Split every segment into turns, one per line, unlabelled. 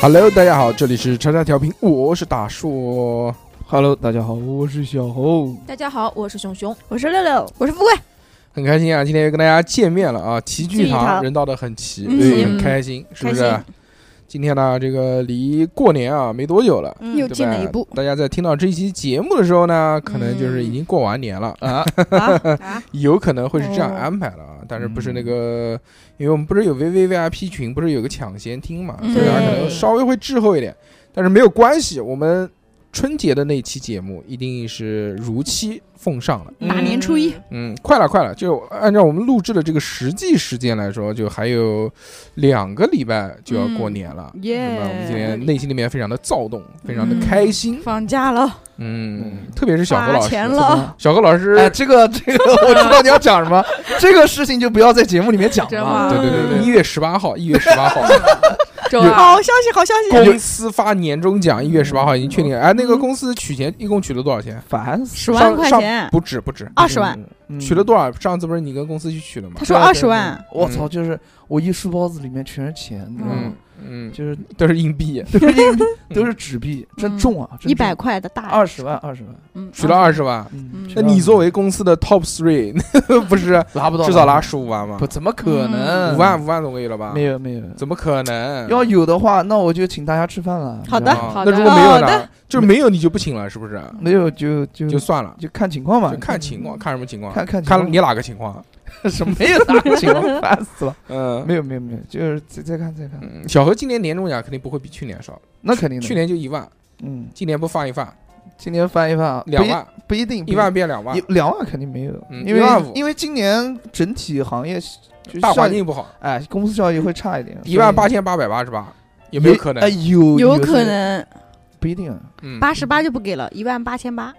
Hello，大家好，这里是叉叉调频，我是大硕。
Hello，大家好，我是小猴。
大家好，我是熊熊，
我是六六，
我是富贵。
很开心啊，今天又跟大家见面了啊！齐聚
聚一堂
人到的很齐，
嗯
对，很开心，是不
开
是
心？
今天呢，这个离过年啊没多久了，
嗯
又
对吧
进了一步。
大家在听到这一期节目的时候呢，可能
嗯
就是已经过完年了，
啊，
啊，
有可能会是这样
哦嗯
安排了啊。但是不是那个，因为我们不是有 VVVIP 群，不是有个抢先听嘛，
嗯
所以大家可能
对
稍微会滞后一点，但是没有关系，我们春节的那期节目一定是如期奉上了。
大年初一，
嗯，快了，快了，就按照我们录制的这个实际时间来说，就还有两个礼拜就要过年了。
嗯
那么我们今天内心里面非常的躁动，非常的开心。
放假了，
嗯
嗯，
特别是小何
花
老师，
钱了，
小何老师，
哎，这 个这个，我知道你要讲什么，这个事情就不要在节目里面讲
真
了
吗。
对对对
嗯
对，一月十八号，一月十八号，
周
有
二
好消息，好消息，
公司发年终奖，一月十八号已经确定了。哎，那个公司取钱一共取了多少钱？
烦死！
十万块钱，
不止，不
啊
止，
20万
嗯，取了多少？上次不是你跟公司去取了吗
他？说二十万，
我操，就是我一书包子里面全是钱，你知道
嗯
吗？
嗯，
就是
都是硬币，
都是硬币都是纸币，真重啊！
嗯一百块的大
二十万，二十万。
嗯
取了二十万。
嗯
嗯
那你作为公司的 top three，不是
拿不到，
至少拿十五万吗
不？怎么可能
嗯
五万五万总可以了吧
没？有没有，
怎么可能？
要有的话，那我就请大家吃饭了。
好的
你知道吗
啊
好
那
的
如果没有
好
呢
的？
就是没有你就不请了，是不是？
没有就就
就算了，
就看情况吧，
就看情况，看什么情况，
看看情
看
况
你哪个情况。
什么有大情况， 烦死了。
嗯，
没有没有没有，就是再再看再看，
嗯小何今年年终奖肯定不会比去年少，
那肯定的。
去年就一万，
嗯，
今年不翻一翻，
今年翻一翻啊，
两
不一
万，
不一定，
一万变两万
一，两万肯定没有，
嗯
因
一万五
为因为今年整体行业就
大
效
环
益
境不好，
哎，公司效益会差一点，
一万八
千
千八百八十八，有没有可能
哎，？有
嗯有
时
可能
不一定啊，
嗯，
八十八就不给了，一万八千八。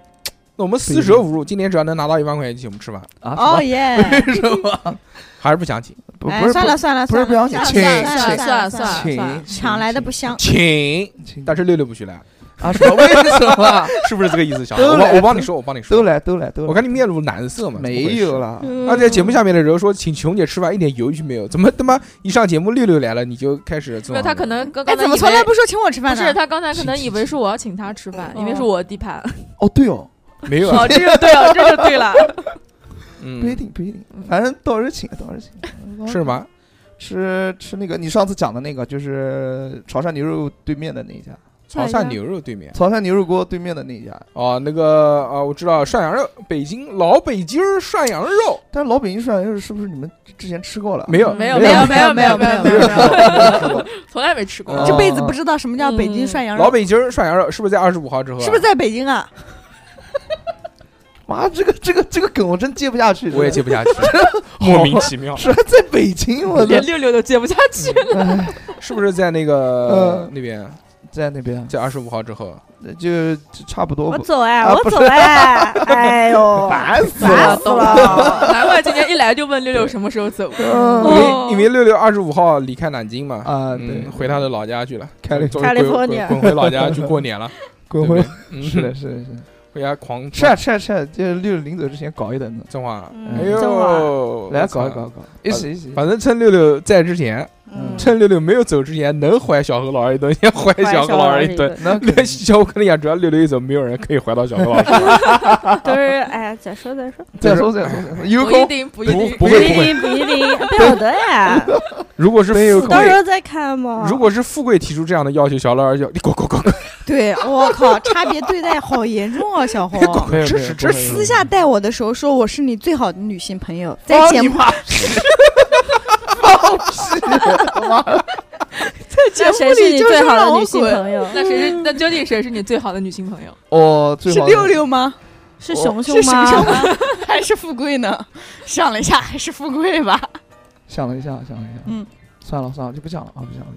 那我们四舍五入，今年只要能拿到一万块钱，请我们吃饭，
啊
哦，耶！
什么？
还是不想请，
不
哎
不是
算了算了
不是
算
不要
了，
紧请
算了算
请
了算了算了
算了
请
算了
抢来的不香，
请，
请
但是六六不许来，
啊什么？ 为什么？
是不是这个意思？小何，
都来
我我帮你说，我帮你
都
说，
来都来都来，
我看你面露难色嘛，
没有
了。
嗯
啦，
而且啊
嗯
节目下面的人说请琼姐吃饭，一点犹豫没有，怎么他妈一上节目六六来了你就开始这
没
种？
有他可能刚
哎，
刚才
怎么
以
从来
为
不说请我吃饭
不
呢？
是他刚才可能以为是我要请他吃饭，
哦
因为是我的地盘。
哦对哦，
没有啊
哦，，这就对了，这就对 了。
嗯
不一定不一定，反正到时候请到时候请，到时候
是吗？
吃吃那个你上次讲的那个，就是潮汕牛肉对面的那一家，
潮汕牛肉对面
潮汕牛肉锅对面的那一家。
哦，那个啊，我知道涮羊肉，北京老北京儿涮羊肉，
但是老北京涮羊肉是不是你们之前吃过了？
没有
嗯没有
没
没有
没有
没有没有
哦没
没有
有哦没有
没有，
有，
从来没吃过。
这辈子不知道什么叫北
嗯
京涮羊
老
肉，
北京儿涮羊肉是不是在二十五号之后啊？
是不是在北京啊？
妈，这个这个这个梗我真接不下去，
我也接不下去， 其妙
是还在北京，我
连
的
六六都接不下去。
哎
是不是在那个
呃
那边，
在那边
在二十五号之后？
就就差不多
我。走哎，
啊
我
不是
走哎，哎 呦，
烦死
烦
了！
死了！
难怪今天一来就问六六什么时候走。
因
嗯
哦
为因为六六二十五号离开南京嘛，
啊，
嗯
对，
回他的老家去了，
开了
终于滚
California
滚滚回老家去过年了，
滚回
对，嗯
是的，是的，是的，
回家狂
吃啊吃啊吃啊！就是六临走之前搞一顿子，
中华，
嗯
哎呦，
中
我
来
操啊
搞一搞，搞，一起一起，
反正趁六六在之前，
嗯
趁六六没有走之前，能怀小何老师一顿先怀小何老师一顿。
那
连小何跟你讲，只要六六一走，没有人可以怀到小何老师。
都是哎，再说再说，
再说再说再说，有
不一
空
定，不一定，
不
不
会
一定不一定，不晓得 呀，
如果是富
到时
贵，
候再看嘛。
如果是富贵提出这样的要求，小何老师就你滚滚滚滚
对，我靠，差别对待好严重啊，小红。
滚
没
滚，
有
支
没有
持
不
支
会
持。
私下带我的时候说我是你最好的女性朋友，在节目 在
那
节目
谁是
里
你
就是
最好
让
的
我
女性
滚
朋友？那谁是？那究竟谁是你最好的女性朋友？
哦，最
是
好的
六六吗？
是
熊
是熊熊吗？ 还是富贵呢？想了一下，还是富贵吧。
想了一下，想了一下，
嗯，
算了算了，就不讲了啊，不讲了，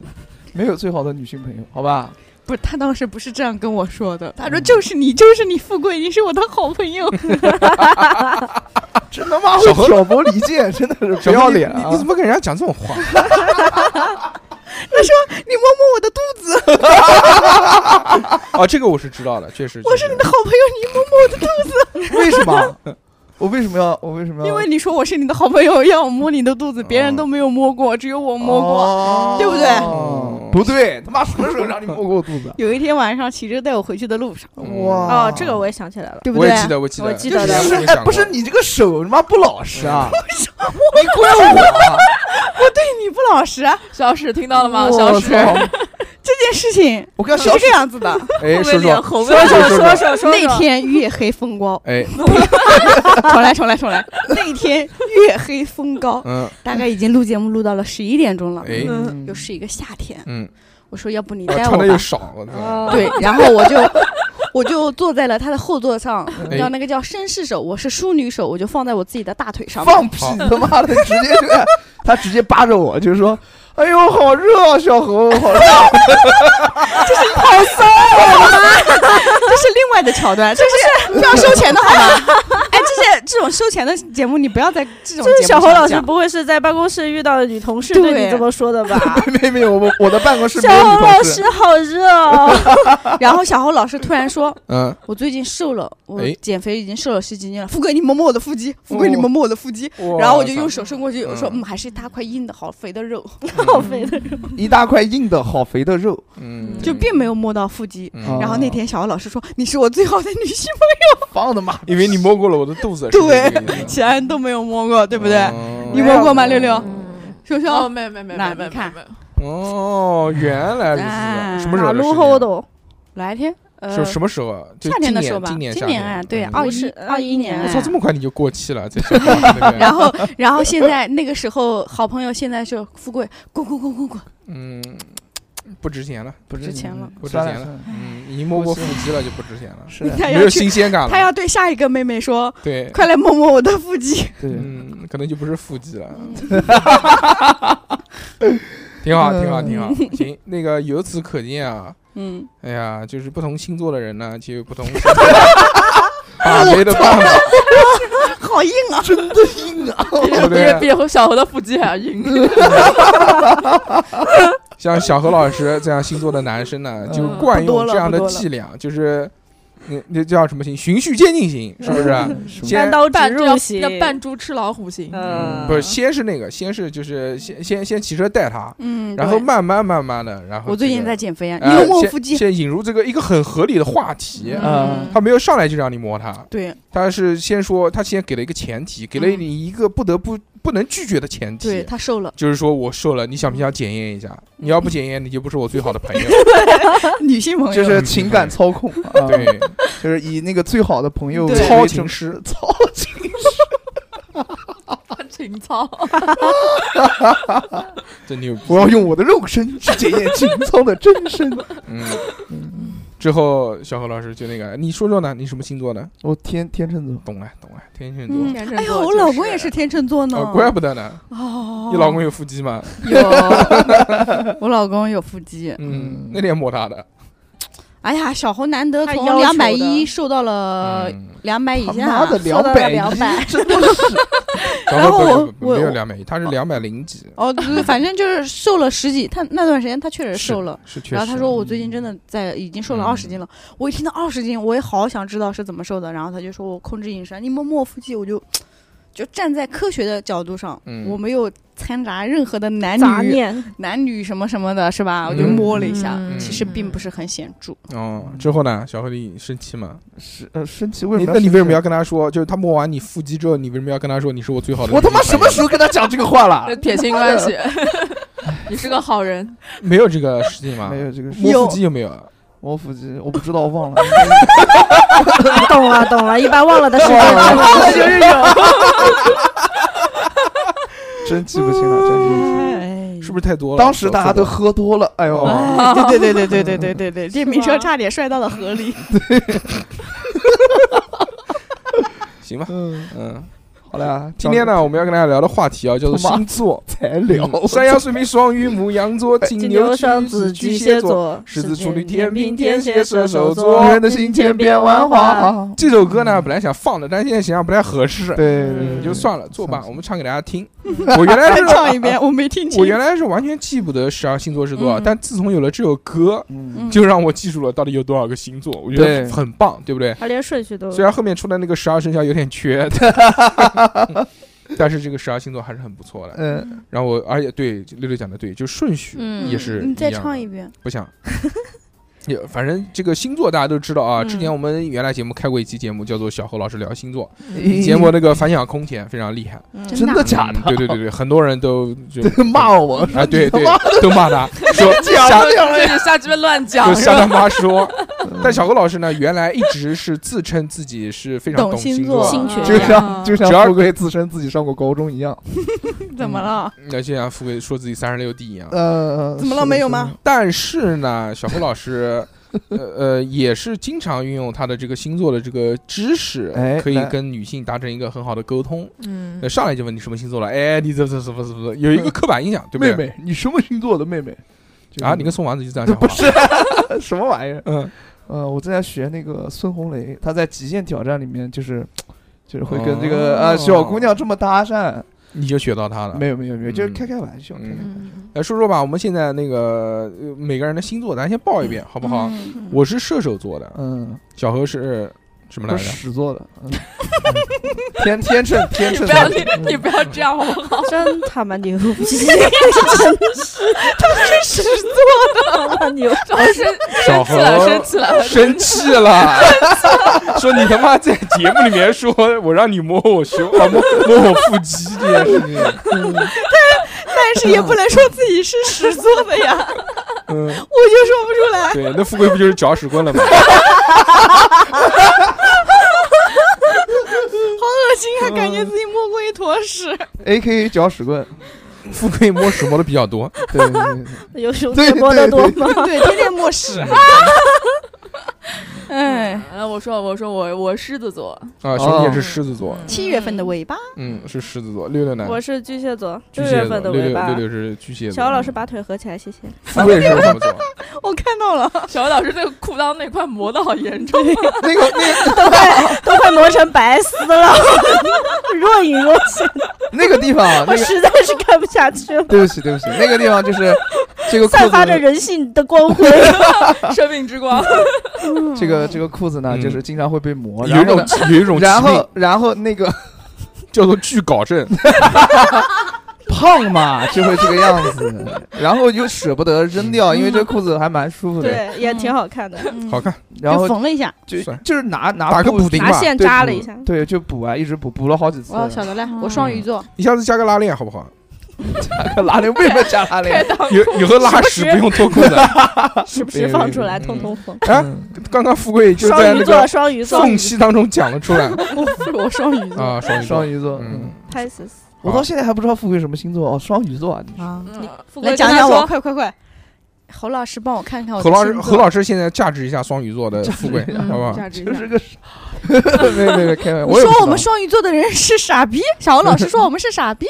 没有最好的女性朋友，好吧？
不是，他当时不是这样跟我说的，他说就是你，就是你，富贵，你是我的好 朋友。
真他妈会挑拨离间， 真的是
小
不要
何你
脸
你
啊！
你怎么给人家讲这种话？
他说你摸摸我的肚子，
哦，这个我是知道的，确实。
我是
确实
你的好朋友，你摸摸我的肚
为什么？我为什么要？我为什么
子，
要？
因为你说我是你的好朋友，要我摸你的肚子，
哦
别人都没有摸过，只有我摸过。
哦
对不对
哦
不对，他妈什么时候让你摸过我肚 子？
有一天晚上骑车带我回去的路上，
嗯
哇
哦，这个我也想起来了，
对不
我
对？
也记得，我记得，
我记得
这
的
个
是
我也
哎
想，
不
过
是你这个手他妈不老实啊！你怪我？
你不老实啊，
小史听到了吗？
我
小史，
操
这件事情
我跟
是
小
这样 子的。
哎，
会不会
说
脸
说，
红
说
了？
说说说，，
说说
那天月黑风 高
哎，
重来重来重来。那天月黑风高，
嗯
大概已经录节目录到了十一点钟了，
哎啊
嗯
又是一个夏天。
嗯，
我说要不你
我
带
穿
我
的又
吧，啊
少，我操，
哦
对，然后我就 我就坐在了他的后座上，
哎
叫那个叫绅士手，我是淑女手，我就放在我自己的大腿上面。
放屁！他妈的，直接就他直接扒着我，就是说：“哎呦，好热啊，小猴，好热啊
这是另外的桥段，这不是不要收钱的好吗？ 哎，这些这种收钱的节目，你不要在这种
这
节
是小
目
侯
上
老师
讲
不会是在办公室遇到的女同事
对
对你这么说的吧？！”
没没有，我我的办公室
小
没有女
侯老
同事
师。好热哦，
然后小侯老师突然说
嗯，：“
我最近瘦了，我
哎
减肥已经瘦了十几斤 了。富贵，你摸摸我的腹肌，富贵，你摸摸我的腹肌。”然后我就用手伸过去，我说：“
嗯
嗯，还是一大块硬的，好肥的肉，
好肥的。
一大块硬的好肥的肉，
嗯，
就并没有摸到腹肌。”
嗯，
然后那天小侯老师说：“你是我最好的女性
放的妈！
因为你摸过了我的肚子，
对
是不是这个意思
其他人都没有摸过， 对不对？
哦
你摸过吗六六秀
哦，
秀，
没有没有没有没
那
有没有，
你看
没有，
哦，原来如
哎
此，什么时
马
啊候的
路
事
后
情？
头，
哪一天？
呃
什什么时候啊？就
夏
今
天的时候吧，
今年夏
啊，对
嗯，
二
不
一
是
二一年
我
啊，
操，这么快你就过气了，这小伙子这个
然后，然后现 在那个时候，好朋友现在是富贵，滚滚滚滚滚，
嗯，不值钱了，
不
值钱了
不值
算
钱了
算
嗯，已经摸过腹肌了就不值钱了，
是啊
他
呃没
要
有
去，
新鲜感
他
了，
要对下一个妹妹说
对：“，
快来摸摸我的腹 肌。
对，
嗯，可能就不是腹肌 了。挺好，挺好，挺好。行，那个由此可见啊，”
嗯，
哎呀，就是不同星座的人呢，就有不同 把妹的办法，
好硬啊！
真的硬啊！
对不
比
对？
比和小何的腹肌还要硬。
像小何老师这样星座的男生呢，
嗯
就惯用这样的
不多了不多了
伎俩，就是那那叫什么型？循序渐进型，是不啊是？
单
先
刀直
扮
入
猪
型，
要扮猪吃老虎型。
嗯，
不是先是那个，先是就是先先先骑车带他，
嗯，
然后
对
慢慢慢慢的，然后
我最近
这个
在减肥啊，
哎
你有摸我
先
腹肌？
先引入这个一个很合理的话题。
嗯
他没有上来就让你摸他，
对
他是先说他先给了一个前提，给了
嗯
你一个不得不不能拒绝的前
对，嗯
提，
他 瘦了，
就是说我瘦了，你想不想检验一下？你要不检验，你就不是我最好的 朋友。
女性朋友
就是情感操控，啊
对，
就是以那个最好的朋友
对
为
操情
师，操情
情操，
真牛逼！
我要用我的肉身去检验情操的真身。
嗯，之后小何老师就那个，你说说呢？你什么星座的？
我天天秤座，
懂了，懂了，天秤座。
嗯，
天秤座
哎呦，我
就是
老公也是天秤座呢
呃，，怪不得呢，
哦，
你老公有腹肌吗？
有， 我老公有腹肌。
嗯
嗯，
那天摸他的，
哎呀，小侯难得
他
从
要
两
求
百
的嗯
一瘦到了
嗯，
两百以
他
下，
妈的
说
两
到了
百
200
一，真的是
然
后我
后没有
我
两百一，他是两百零几，
哦，对对，反正就是瘦了十几，他那段时间他确实瘦了。
是确实。
然后他说我最近真的在已经瘦了
嗯
二十斤了，我一听到二十斤，我也好想知道是怎么瘦的。然后他就说我控制饮食，你摸摸我腹肌，我就就站在科学的角度上，
嗯
我没有掺杂任何的男
杂
女
念，
男女什么什么的，是吧？我就
嗯
摸了一下，
嗯
其实并不是很显著。
哦，之后呢？小何你生气吗？
是呃生气为
你
什么？
那你为什么要？跟他说？就是他摸完你腹肌之后，你为什么要跟他说你是我最好的女
我
朋友？
他妈什么时候跟他讲这个话 了
这？撇清关系。你是个好人，
没有这个事情吗？
没有这个事，
摸腹肌有没有啊？
我腹肌我不知道，我忘了。
嗯 懂了懂了，一般忘了的事情
哦
忘了
就是这种。
真记不清了，真记不清。
哎
是不是太多了？
当时大家都
喝。
喝多了，哎呦，
哦
对对对对对对对对，电瓶车
吗
差点摔到了河里。
行吧，
嗯，
嗯，
好嘞，啊，
今天呢，我们要跟大家聊的话题啊，叫做
他妈
星座。
才聊
山羊、水瓶、双鱼、母羊座、金
哎金
牛、
牛、
双
双
子、
子、
巨
巨
蟹
蟹
座。
座、
狮子
狮子
处女天秤天
天
蝎
蝎、
射
射
手
手
座
人的心千变万化。
这首歌呢，本来想放的，但是现在想想不太合适，
对
嗯
对，
也就算了，作
算
罢。
了
我们唱给大家听。我原来
再
是
唱一遍，我没听清。
我原来是完全记不得十二星座是多少，
嗯
但自从有了这首歌，
嗯，
就让我记住了到底有多少个星座，我觉得
对
很棒，对不对？
他连顺序都
虽然后面出的那个十二生肖有点缺，但是这个十二星座还是很不错的。
嗯，
然后我，而且对六六讲的对，就顺序
嗯
也是
你再
一样的
唱一遍。
不想。也反正这个星座大家都知道啊，
嗯
之前我们原来节目开过一期节目，叫做小侯老师聊星座，结果那个反响空前，非常厉害。
真
嗯真
真
的
的
假
嗯对
的？
对对对，很多人都 就
骂我
啊，对对
你他，
都骂他说
讲
瞎
都讲了
开始瞎鸡巴乱讲
就，
是
瞎
吧？
他妈说。 但小何老师呢，原来一直是自称自己是非常
懂
星
星座
新学
就
一样
像就像
只要
富贵自称自己上过高中一样。
怎么了？
那就像富贵说自己三十六 D 一样。
呃，
嗯怎么了
是的
没有吗？
但是呢，小何老师。呃呃，也是经常运用他的这个星座的这个知识，
哎
可以
来
跟女性达成一个很好的沟通。
嗯
那，上来就问你什么星座了？哎，你这这什么什么？有一个刻板印象，对
是
不
的妹
对？
妹，你什么星座的妹妹？就是
啊，你跟宋丸子就这样讲话？
不是啊什么玩意儿？
嗯，
呃，我正在学那个孙红雷，他在《极限挑战》里面就是。就是会跟这
哦
个啊小姑娘这么搭讪，
你就学到他了。
没有没有没有，就是
嗯
开开玩笑，开开玩笑
嗯
来说说吧，我们现在那个呃每个人的星座，咱先报一遍，好不好？
嗯
我是射手座的，
嗯，
小何是什么来
我
着？
是狮座的，嗯 天天秤天
你
秤
不要
座
你
的，
你不要这样好不好？
真他妈 牛逼，真是他是狮座的，牛
我生
小
生气了，生
何
气了，
生气了， 说你他妈在节目里面说我让你摸我胸啊，摸摸我腹肌这件事情，
但是也不能说自己是实做的呀，我
嗯，
就说不出来。
对，那富贵不就是搅屎棍了吗？
恶心，
啊
还感觉自己摸过一坨屎。
，A K A 搅屎棍，
富贵摸屎摸的比较多，
对对对对
有熊
对
摸得
对
多
对
吗？
对，天天摸屎。 哎，
然后我说我说我我狮子座，
啊，兄弟也是狮子座，
七月份的尾巴，
嗯，是狮子座，六六呢？
我是巨蟹座，
巨
六
蟹
月
座，
份的
六
尾
六
巴
六。六嗯是巨蟹座。
小老师把腿合起来，谢谢。
富贵是什么 座？
我看到了，
小老师这个裤裆那块磨的好严重，
那个那个
都快磨成白丝了，若隐若现，
那个地方，啊那
我
个
实在是看不下去了。
对不起对不起，那个地方就是这个裤
散发着
子，
人性的光辉，
啊生命之光。
这 个这个裤子呢，
嗯
就是经常会被磨，
有一
然
种
后呢
有一种疾
然
病
后然后那个
叫做巨睾症，
胖嘛就会这个样子，然后又舍不得扔掉，因为这裤子还蛮舒服的，
对，也挺好看的。
嗯好看，
然后
就缝了一下。
就
算
就是拿拿
打个
布
补丁
拿
吧，
线
对
扎
补
了一下，
对，就补啊，一直补，补了好几次
我
了。
晓得了，
嗯
我双鱼座，
你下次加个拉链好不好？
拉链为什么加拉链？
以以后拉屎不用脱裤 子。
时不时放出来通通风。
哎，
嗯
刚刚富贵就在
双鱼
那
座，
个
双鱼座，
缝隙当中讲了出 来
我我双鱼座。
啊，双鱼
双
鱼，
鱼座，
嗯
嗯，，
拍死死。
我到现在还不知道富贵什么星座哦，双鱼座啊，
啊，
嗯
富贵
来
跟
讲
他
讲
啊
我，
说，
快快快！侯老师帮我看看我
何
的
老师，
星座
何老师现在价值一下双鱼座的富贵，
价值
嗯
好不好？
价值 一
就
下
是个傻，没有没有没有，开玩笑，
你
也不知
说
道
我们双鱼座的人是傻逼，小欧老师说我们是傻逼，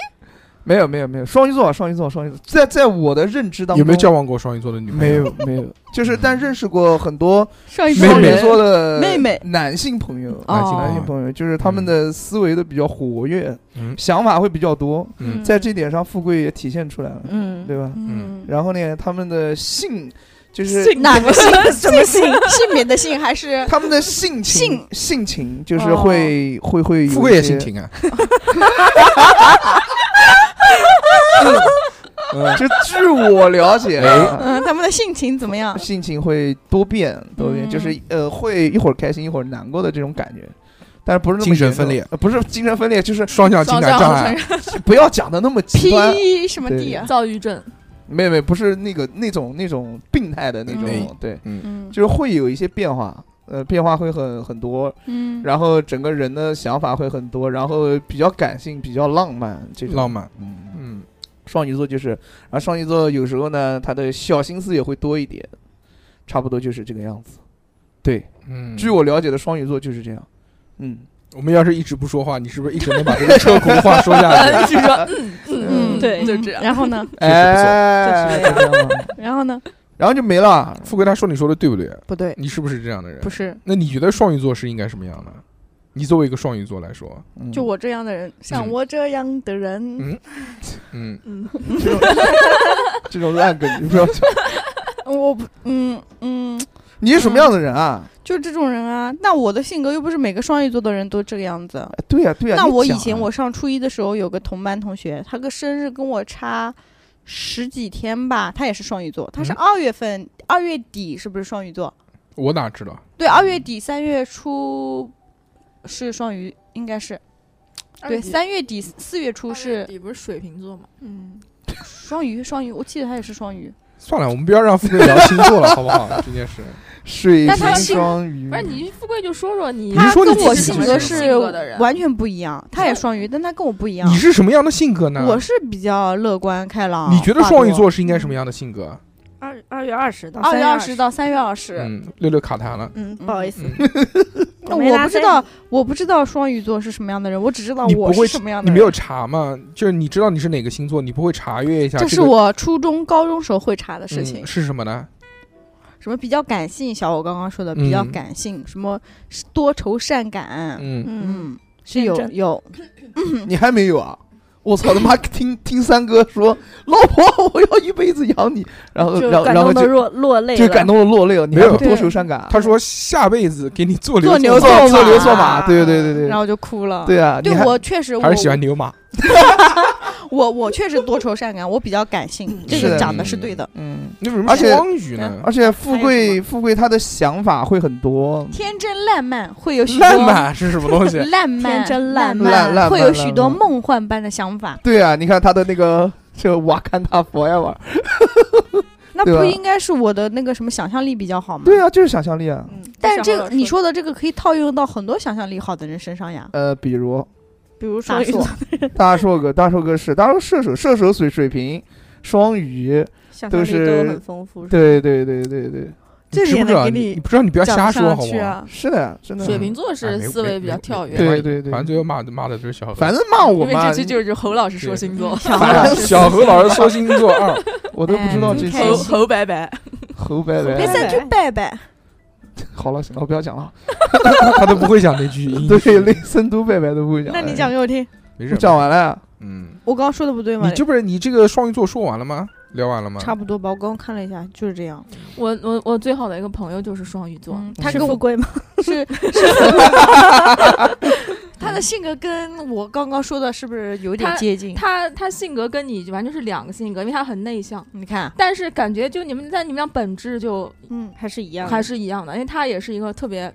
没有没有没有双鱼座，双鱼座，双鱼座，在在我的认知当中
有没有交往过双鱼座的女朋
没
友？
有没有，就是但认识过很多
哎双
妹
双鱼
鱼座的
妹
人
座的
妹妹
男性朋友，
啊
哦
男性朋友就是他们的思维都比较活跃，
嗯
想法会比较多，
嗯
在这点上富贵也体现出来了，
嗯
对吧？
嗯
嗯，
然后呢，他们的性就是
哪个性？什么性？性别的性 还是
他们的性情
性
性情就是会、会会有
富贵也
一些
性，情啊，嗯哎
就据我了解啊，
嗯，他们的性情怎么样？
性情会多变多变，
嗯
就是呃会一会儿开心一会儿难过的这种感觉。但是不是那么
精神
严重
分裂
呃不是精神分裂，就是
双向情感障碍，
不要讲的那么极端。
P 什么 D 啊？
躁郁症，
妹妹不是那个那种那种病态的那种，
嗯
对，
嗯
就是会有一些变化，呃，变化会很很多，
嗯，
然后整个人的想法会很多，然后比较感性，比较浪漫这种。
浪漫，
嗯，
嗯，
双鱼座就是，然后双鱼座有时候呢，他的小心思也会多一点，差不多就是这个样子。对，
嗯，
据我了解的，双鱼座就是这样。嗯，
我们要是一直不说话，你是不是一直能把这个 车轱辘话说下 去？
一直说嗯嗯
嗯，
嗯，
对
就这样。
然后呢？
哎，
就
就
是
这样嘛
然后呢？
然后就没了。
富贵他说你说的对不对？
不对，
你是不是这样的人？
哎不是，
嗯
那你觉得双鱼座是应该什么样的？你作为一个双鱼座来说，
嗯
就我这样的人，像我这样的人，
嗯，
嗯，
这种烂梗，你不要讲。
我不，嗯嗯，
你是什么样的人啊？
就这种人啊。那我的性格又不是每个双鱼座的人都这个样子。
哎对呀对呀。
那
你
我以
讲
前
啊
我上初一的时候有个同班同学，他个生日跟我差十几天吧，他也是双鱼座，他是
嗯
二月份二、月底是不是双鱼座？
我哪知道？
对，二月底三月初是双鱼，应该是对，三月底四月初是
你不是水瓶座吗？
嗯双鱼双鱼，我记得他也是双鱼，
算了，我们不要让富贵聊星座了，好 不好？这件事，
水
但他
瓶
是
双鱼，
不是你富贵就说说你，
你是说
跟
你
我
自己是
性格
什么
是
性格的人
完全不一样，他也双鱼，但他跟我不一样
你。是什么样的性格呢？
我是嗯比较乐观开朗。
你觉得
话
双鱼
多
座是应该什么样的性格？
二二月二十到
二月二
二
十，到三月二十？
嗯，六六卡痰了。
嗯，不好意思，
嗯，
那
没
我
拉
不知
塞
道，我不知道双鱼座是什么样的人，我只知道
你不
我
会
是什么样
你
的人。
没有查吗？就是你知道你是哪个星座，你不会查阅一下
这
个？
是我初中、高中时候会查的事
嗯
情，
是什么呢？
什么比较感性，小我刚刚说的比较
嗯
感性，什么是多愁善感，
嗯，
嗯，
嗯，是有
认真
有，
你还没有啊？我操他妈！听听三哥说，老婆，我要一辈子养你，然后
就
然后
感
然后
动的
就
落落泪
就
了，
感动的落泪了。你还
没有
不多愁善感啊？
他说下辈子给你做
做
牛
牛
做
做
马
做做牛做马，
马
对对对对
然
对，
后就哭了。
对啊，你
对，
还
我确实我
还是喜欢牛马？
我我确实多愁善感，我比较感 性，这
是
个
的
讲的是对的。
嗯，
你为什么
而且
双鱼
啊
呢？
而且富
还有
贵富贵他的想法会很多，
天真烂漫会有许多
烂漫是什么东西？
烂漫
天真
烂
烂
漫烂烂
会
漫
有
烂
许多
漫
梦幻般的想法。
对啊，你看他的那个 就瓦坎达 forever，
那
对
不
吧
应该是我的那个什么想象力比较好吗？
对啊，就是想象力啊，
嗯
但这个你
说
说的这个可以套用到很多想象力好的人身上呀，
呃，比如
比如
双鱼座
大硕哥，大硕哥是大硕射手，射手水水瓶，双鱼，
想
都
象力
是
都很丰富，
嗯
是吧
对对对对对，
你
这
知
里
不
也
知
能
道？
给
你
你
你不知道你不要
讲
瞎
不
说
上
好
去
不好？
啊。
是的，真的，
水瓶座
哎
是
没
思维比较跳
没没
跃，
对对对，
反正最后骂骂的就是小何，
反正骂我
因为
嘛
这，期就是侯老师说星 座，
反正小何老师说星座嗯 二，
我都不知道
嗯
这期
开
侯
心
侯拜拜，
侯拜
别
拜。
再去
拜哎拜，
好了，行了，我哦不要讲了。
他都不会讲那句英语。
对，雷森都拜拜都不会讲。
那你讲，给我听，
没
我
事，
讲完了呀。
嗯，
我刚刚说的不对吗
你？这不是你这个双鱼座说完了吗？聊完了吗？
差不多吧，我刚刚看了一下，就是这样。
我我我最好的一个朋友就是双鱼座，
他
嗯是
跟
富
我
贵吗？
是是，他的性格跟我刚刚说的是不是有点
他
接近？
他他性格跟你完全是两个性格，因为他很内向，
你看，
但是感觉就你们在你们俩本质就
嗯，
还是一样的，
还是一样的，因为他也是一个特别，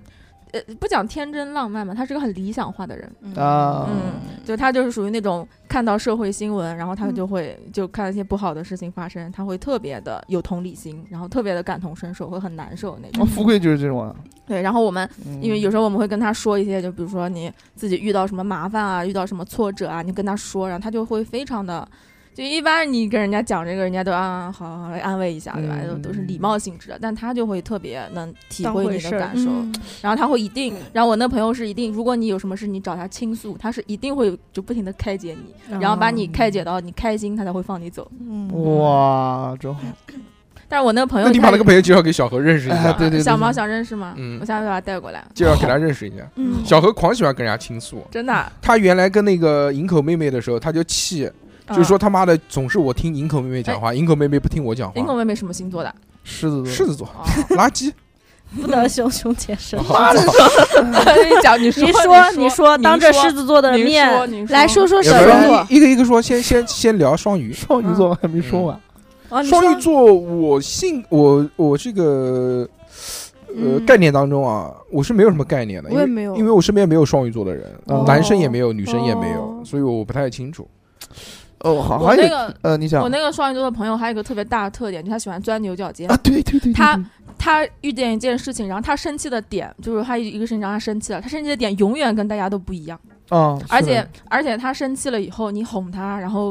呃，不讲天真浪漫嘛，他是个很理想化的人，
啊
嗯，就他就是属于那种看到社会新闻，然后
嗯
他就会就看到一些不好的事情发生，他会特别的有同理心，然后特别的感同身受，会很难受那
哦
种。
嗯
富贵就是这种啊，
对，然后我们
嗯
因为有时候我们会跟他说一些，就比如说你自己遇到什么麻烦啊，遇到什么挫折啊，你跟他说，然后他就会非常的，就一般你跟人家讲这个，人家都啊好好好安慰一下，对吧？都
嗯
都是礼貌性质的，但他就会特别能体
当
会
回
你
事
的
儿嗯
感受，然后他会一定，然后我那朋友是一定，如果你有什么事你找他倾诉，他是一定会就不停的开解你，
嗯
嗯
然后把你开解到你开心，他才会放你走。
嗯哇，真
嗯
好。
但是我那个朋友
那
他也，
你把那个朋友介绍给小何认识一
哎
下，
对对对，
小毛
对
想认识吗？
嗯
我下次把他带过来，
介绍给他认识一下。
嗯
小何狂喜欢跟人家倾诉，
真的啊，
他原来跟那个营口妹妹的时候，他就气，
嗯
就是说他妈的总是我听营口妹妹讲话，营口妹妹不听我讲
林
话
哎口。妹妹什么星座的？
狮子座，
狮子座，
嗯哦。
垃 圾。
不能胸胸前身。
妈的，
你讲，你说，
你
你
说，你
说，
说，当着狮子座的
你说，
面，
你
来说说
要
小
不
鱼
然
座，
一个一个说，先先先聊双鱼。
双鱼
嗯
座还没说完。
啊
哦，你
双鱼
说
座，我信我我这个呃
嗯
概念当中啊，我是没有什么概念的，因
我也
为
没有
因为我身边没有双鱼座的人
哦，
男生也没有，女生也没有
哦，
所以我不太清楚。
哦，好，
我
还
那
有
个
呃，你讲
我那个双鱼座的朋友还有一个特别大的特点，就他喜欢钻牛角 尖
啊，。对对对，对
他
对
他遇见一件事情，然后他生气的点就是他一个事情让他生气了，他生气的点永远跟大家都不一样。
啊，是的
而且而且他生气了以后，你哄他，然后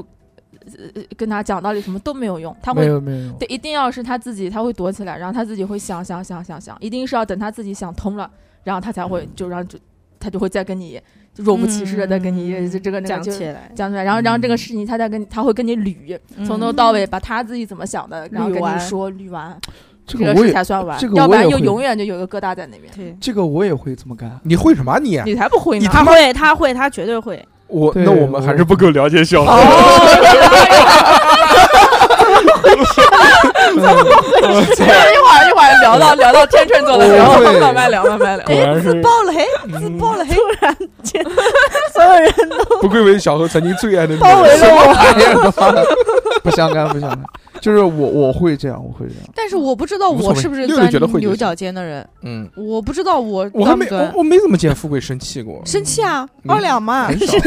呃跟他讲道理什么都没有用，他
没
会。
有没有，
对，一定要是他自己，他会躲
嗯
起来，然后他自己会想想想想想，一定是要等他自己想通了，然后他才会就让就他就会再跟你就若无其事的再跟你、
嗯
这这个那
讲
个就
起来，嗯
讲出来，然后然后
嗯
这个事情他再跟你他会跟你捋，从头到尾把他自己怎么想的，然后跟
捋完
你说捋完，
这
这
个
个
我
事
也
才算完
这，个
要不
我也
然就
会
永远就有个疙瘩在那边。
对，
这个我也会这么干。
你会什么啊你？
你才不会
你
呢，
他妈
会，他会，他绝对会。
我
对
那我们还是不够了解小
哦
何，
一会儿一会儿聊到聊到天秤座的时候，慢慢聊慢慢聊。
果然是
爆了嘿，
嗯
爆了嘿！突然间，所有人
不愧为小何曾经最爱的女
包围
人。
了我。
哎呀妈的 不相干，不相干。就是我我会这样，我会这样。
但是我不知道
无所
我
谓
是不是
六六
钻
觉得会就
牛
行
角尖的人，
嗯，
我不知道我
我还
钻不
没我
钻。
我没怎么见富贵生气过，
生气啊，
嗯
二两嘛
很，少，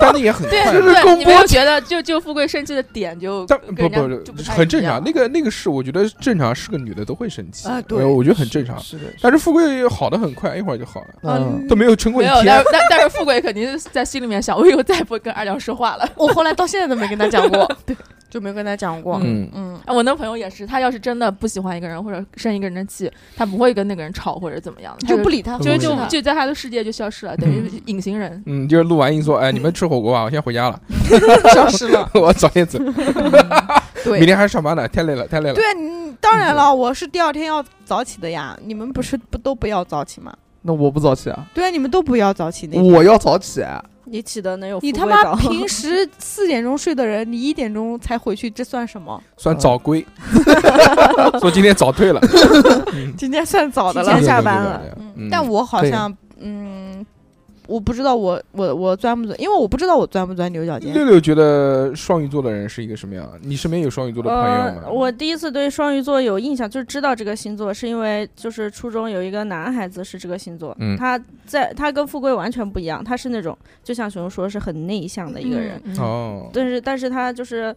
但那也很
对
快乐。
对，你没有觉得就就富贵生气的点就
但
跟
不
人家
不
就
不
太
很正
一样
常，那个那个是我觉得正常，是个女的都会生气呃
啊对
我我觉得很正常。
是的，
但是富贵好的很快，一会儿就好了，
嗯，
都没有撑过
没
一
有，但
天。啊
但 但是富贵肯定是在心里面想，我以后再也不会跟二两说话了。
我后来到现在都没跟他讲过，对，就没跟他讲过。
嗯，
嗯，
啊我那朋友也是，他要是真的不喜欢一个人或者生一个人的气，他不会跟那个人吵或者怎么样的，他
就不理他，
就
就
理
就
他
就在他的世界就消失了，等于隐形人。
嗯，就是录完音说，哎，你们吃火锅吧，我先回家了，
消失了。
我早点走，
对
明天还要上班呢，太累了，太累了。
对，嗯当然了，我是第二天要早起的呀。你们不是不都不要早起吗？
那我不早起啊，
对啊，你们都不要早起那天。
我要早起啊。
你起的能有
你他妈平时四点钟睡的人，你一点钟才回去，这算什么？
算早 归，说今天早退了，
今天算早的
提前
了
下。班了
嗯，
但我
嗯
好
对
像，嗯，我不知道我我我钻不钻，因为我不知道我钻不钻牛角尖
六。六觉得双鱼座的人是一个什么样？啊你身边有双鱼座的朋友
呃
吗？，
我第一次对双鱼座有印象，就是知道这个星座，是因为就是初中有一个男孩子是这个星座，
嗯
他在他跟富贵完全不一样，他是那种就像熊说是很内向的一个人，
嗯，
哦，
但是但是他就是，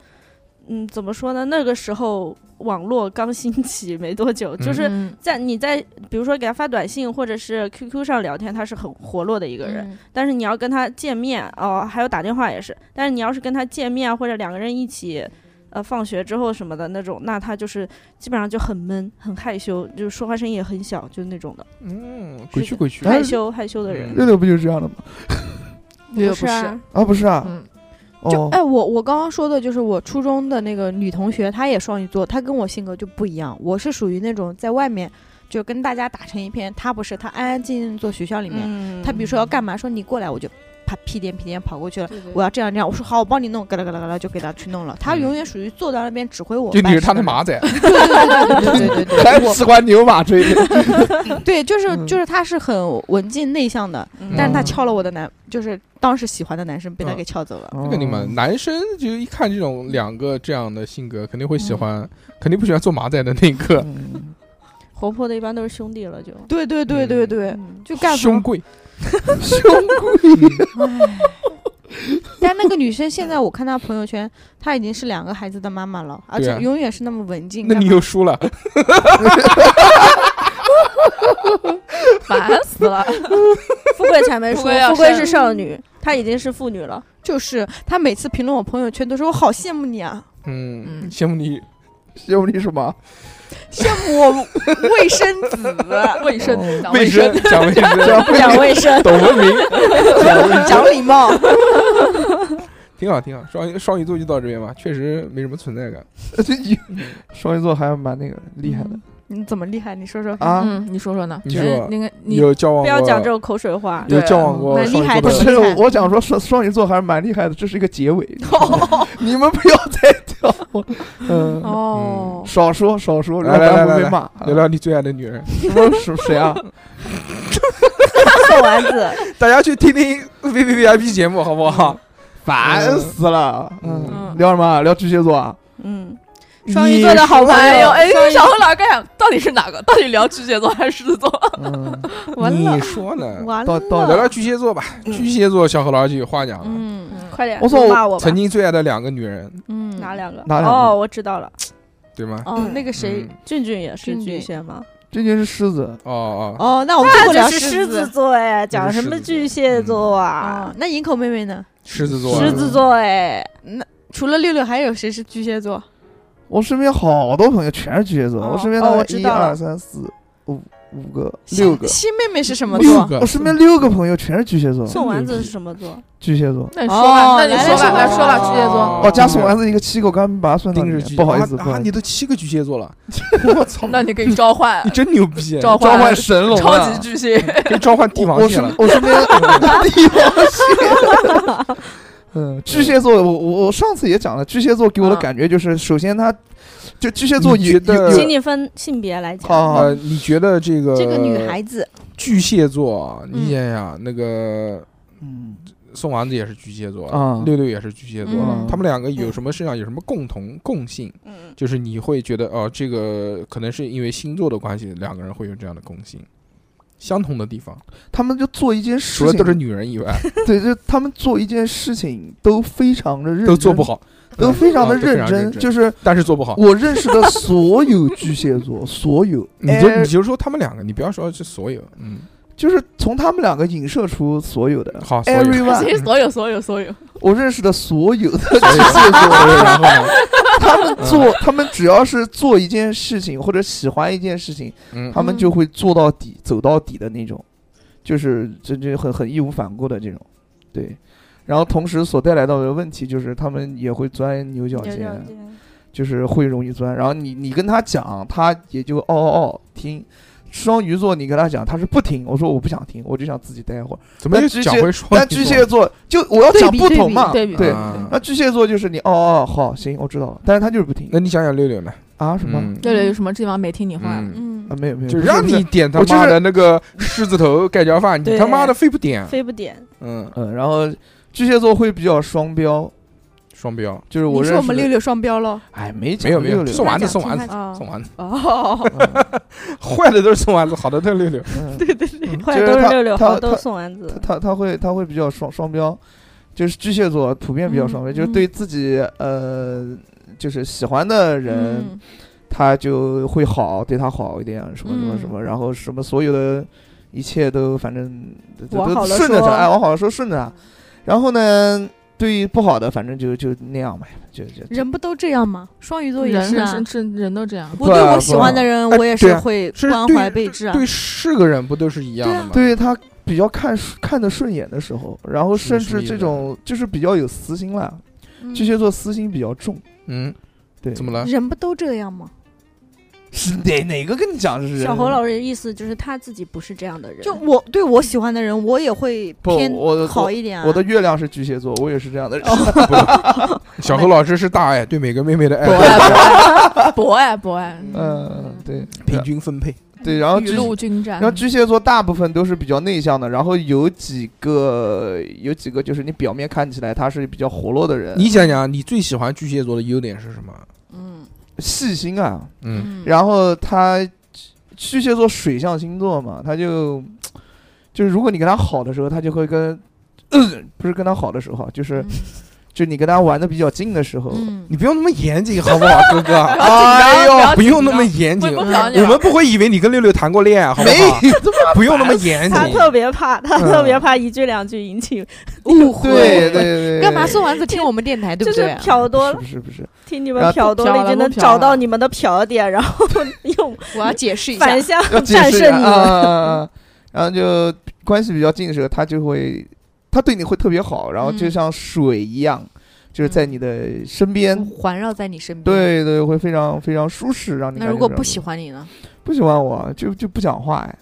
嗯，怎么说呢？那个时候网络刚兴起没多久，
嗯
就是
嗯
在你在比如说给他发短信或者是 QQ 上聊天，他是很活络的一个人，
嗯
但是你要跟他见面哦，还有打电话也是。但是你要是跟他见面或者两个人一起，呃，放学之后什么的那种，那他就是基本上就很闷、很害羞，就是说话声音也很小，就是那种的
嗯，鬼去鬼去，
害羞害羞的人。
嗯
六六不就是这样的吗？
六六
是
不
啊
是，
啊，不是啊，
嗯，
就
哦，
哎，我我刚刚说的就是我初中的那个女同学，她也双鱼座，她跟我性格就不一样。我是属于那种在外面就跟大家打成一片，她不是，她安安静静地坐学校里面。
嗯
她比如说要干嘛，说你过来，我就啪屁颠屁颠跑过去了。我
我
要这样这样，我说好，我帮你弄，嘎啦嘎啦嘎啦就给她去弄了。她永远属于坐到那边指挥我。
就你是他的？马仔，
对对对对对对
还
对，我
喜欢牛 马这一点，
对就是
嗯
就是她是很文静内向的，但是她
嗯
撬了我的男，就是当时喜欢的男生被她
嗯
给撬走了。
肯定嘛，男生就一看这种两个这样的性格，肯定会喜欢，肯定不喜欢做马仔的那个
嗯
活泼的，一般都是兄弟了就。
对对对对
嗯
对，就干活
胸贵，
胸
但那个女生现在我看她朋友圈，她已经是两个孩子的妈妈了，而
对啊
且永远是那么文静。
那你
干嘛
又输了，
烦死了，
富贵才没说，
富贵要
富贵
生
是少女，她已经是妇女了。
哦就是她每次评论我朋友圈都说我好羡慕你啊，
嗯，
嗯
羡慕你
胸你什么？
羡慕 我卫生子，
卫生
哦
讲
卫生，讲卫生，
讲卫生，
懂文明，
讲礼貌。
挺好挺好。双鱼双鱼座就到这边吧，确实没什么存在感。
这一 双鱼座还蛮那个厉害的
你怎么厉害？你说说。
啊！
嗯，你说说呢？
你说
那个你
有交往过，
不要讲这种口水话。
有交往
对
过
蛮
双鱼
厉害
座
不
的
的
人，
是
厉害，
我讲说双双鱼座还是蛮厉害的，这是一个结 尾，你们不要再跳我，嗯，
哦
少说少说，
来来来
不然会
来
被骂。
聊聊你最爱的女人，
什么什 谁啊？
臭丸子，
大家去听听 V V V I P 节目好不好？
烦死了！嗯，
嗯
聊什么？聊巨蟹座啊？
嗯，双鱼座
你
的好朋
哎
友
呦，，哎
双，鱼
小何老师刚想，到底是哪个？到底聊巨蟹座还是狮子座？
嗯，
完了
你说呢？
完
到
了，
到
聊聊巨蟹座吧，巨蟹座小何老师就有话讲了。哦
嗯
快点，
我操
骂我吧
曾。经最爱的两个女人，
嗯，
哪？两个？
哪两个
哦，我知道了，
对吗？
哦，那个谁
嗯，，
俊俊也是
俊俊
巨蟹吗？
这就是狮子，
哦哦，
哦，那我们不聊
是狮
子
子。座哎，
讲
讲
什
什
么
么
巨
巨蟹座
啊
啊？，
那营口妹妹呢？
狮子座，
狮子座哎，
除了六六，还有谁是巨蟹座？
我身边好多朋友全是巨蟹座，
哦
我身边
哦
大
我
概
知
一
道了
二三四五五个、六个，
新妹妹是什么
六
座？
个
我身边六个朋友全是巨蟹座，
宋丸子是什么座？
巨蟹座。
那你说吧，
哦
那你说吧，
来
来说吧，
说吧
巨蟹座，
哦，加宋丸子一个七个，我刚刚没把它算到
盯
里
着
面
巨蟹，
不好意思，
啊
不好
啊，
意
你
思。
都七个巨蟹座了，我操，
那你可以召唤
你真牛逼，
召
召
唤
唤
神龙
超
啊
级巨 蟹，
可以召唤帝
我
王
我
蟹
身
了。
我 身边帝王蟹，嗯，巨蟹座，我我我上次也讲了，巨蟹座给我的
啊
感觉就是，首先他就巨蟹座
你
有
觉得
有
呃
请你分性别来讲。
好好好
呃，你觉得这个
嗯这个女孩子，
巨蟹座，你
嗯
想想那个
嗯
宋丸子也是巨蟹座
啊，
六六也是巨蟹座，
嗯
他们两个有什么身上有什么共同共性？
嗯，
就是你会觉得哦，这个可能是因为星座的关系，两个人会有这样的共性，相同的地方，
他们就做一件
除
事
了都是
情，
女人以外，
对，就他们做一件事情都非常的认真，
都做不， 好，
都非常的
啊都非
认
常认
真。
真
就是
但是做不好。
我认识的所有巨蟹 座，所有，
你就
哎
你就说他们两个，你不要说是所有，嗯，
就是从他们两个影射出所有的
好所有
其
everyone，
实所有所有所有，
我认识的所有的巨
所以
蟹座。
然后呢，
他
嗯
们做，他们只要是做一件事情或者喜欢一件事情，
嗯，
他们就会做到底、走到底的那种，就是这这很很义无反顾的这种，对。然后同时所带来到的问题就是，他们也会钻牛角尖，就是会容易钻。然后你你跟他讲，他也就哦哦哦听。双鱼座，你跟他讲，他是不听。我说我不想听，我就想自己待一会儿。
怎么又
那巨蟹
讲回说？
但巨蟹座就我要讲不同嘛，
对比
对。
啊
那巨蟹座就是你哦哦好行，我知道了，但是他就是不听
那你想想六六呢？
啊什么。
嗯
六六有什么地方没听你话？
嗯
嗯
啊，，没有没有，
就
不是
让
不是
你点他
我就
妈
是
的那个狮子头盖浇饭，你
对
他妈的非不点，啊
非不点。
嗯，
嗯，然后巨蟹座会比较双标，
双标，
就是我
你
认识
说我们
的
六，六双标喽？
哎，没讲
没有没有，
六
送
六，
丸子
听他
送丸
讲
子
听
啊
送丸子，
哦，
坏的都是送丸子，好的都是六六，
嗯
对对对，坏
就
的
是
都
他
是六六，
他
好的都
他
是宋丸
他
子。
他他会他会比较双双标，就是巨蟹座普遍比较双标，
嗯
就是对自己呃就是喜欢的人，
嗯
他就会好，对他好一点，什么什么
嗯
什么，然后什么所有的一切都反正都
往
都
好了
顺着他，
说
哎，往好了说顺着他，然后呢，对于不好的反正就就那样呗，就就就
人不都这样吗？双鱼座也
人
是啊
是。是人都这样，
我对
不啊
我喜欢的人，
不啊
我也
哎对
是
啊
会
是
关
对
怀备至啊。
对是个人不都是一样的吗？
对啊他比较看顺看得顺眼的时候，然后
是
甚
什么
至
意
这
思
种就是比较有私心了。
嗯
巨蟹座私心比较重，
嗯，
对，
怎么了？
人不都这样吗？
是哪哪个跟你讲是
小侯老师的意思就是他自己不是这样的人，
就我对我喜欢的人，我也会
不
偏
我
好一点啊。
我的月亮是巨蟹座，我也是这样的人。
哦
小何老师是大爱，对每个妹妹的
博
爱
爱博爱博爱，
嗯，对
平均分配，
对，然后
雨
巨
露均沾
然后。巨蟹座大部分都是比较内向的，然后有几个有几个就是你表面看起来他是比较活络的 人，
你想想，你最喜欢巨蟹座的优点是什么？
嗯
细心啊，
嗯，
嗯，
然后他巨蟹座水象星座嘛，他就就是如果你跟他好的时候，他就会跟、 不是跟他好的时候啊，就是、就你跟他玩的比较近的时候，
嗯
你不用那么严谨好不好，哥哥？
哎
不要
呦，
不用那么
紧
严谨，
不
我
不想
们不会以为你跟六六谈过恋爱，好不好？
没
不用那么
嗯
严
他
谨。
特别怕，他
嗯
特别怕一句两句引起，
误会
对对对，
干嘛送丸子听我们电台，对
就
不
是
对？
瞟多
是
了
不，是不是？
听你
然
们
后
瞟多
瞟
了，
了
就
都
能
瞟
找到
了
你们的瞟点，然后 用
我要解释一下
反，向
要解
战
释
胜
啊
你
啊
们。
啊啊啊然后就关系比较近的时候，他就会他对你会特别好，然后就
嗯
像水一样，就是在你的身边。
环绕在你身边。，
对对，会非常非常舒适，让你
那
感
如
觉
果
非常
不
舒
喜
服
欢你呢？
不喜欢我就就不讲话哎，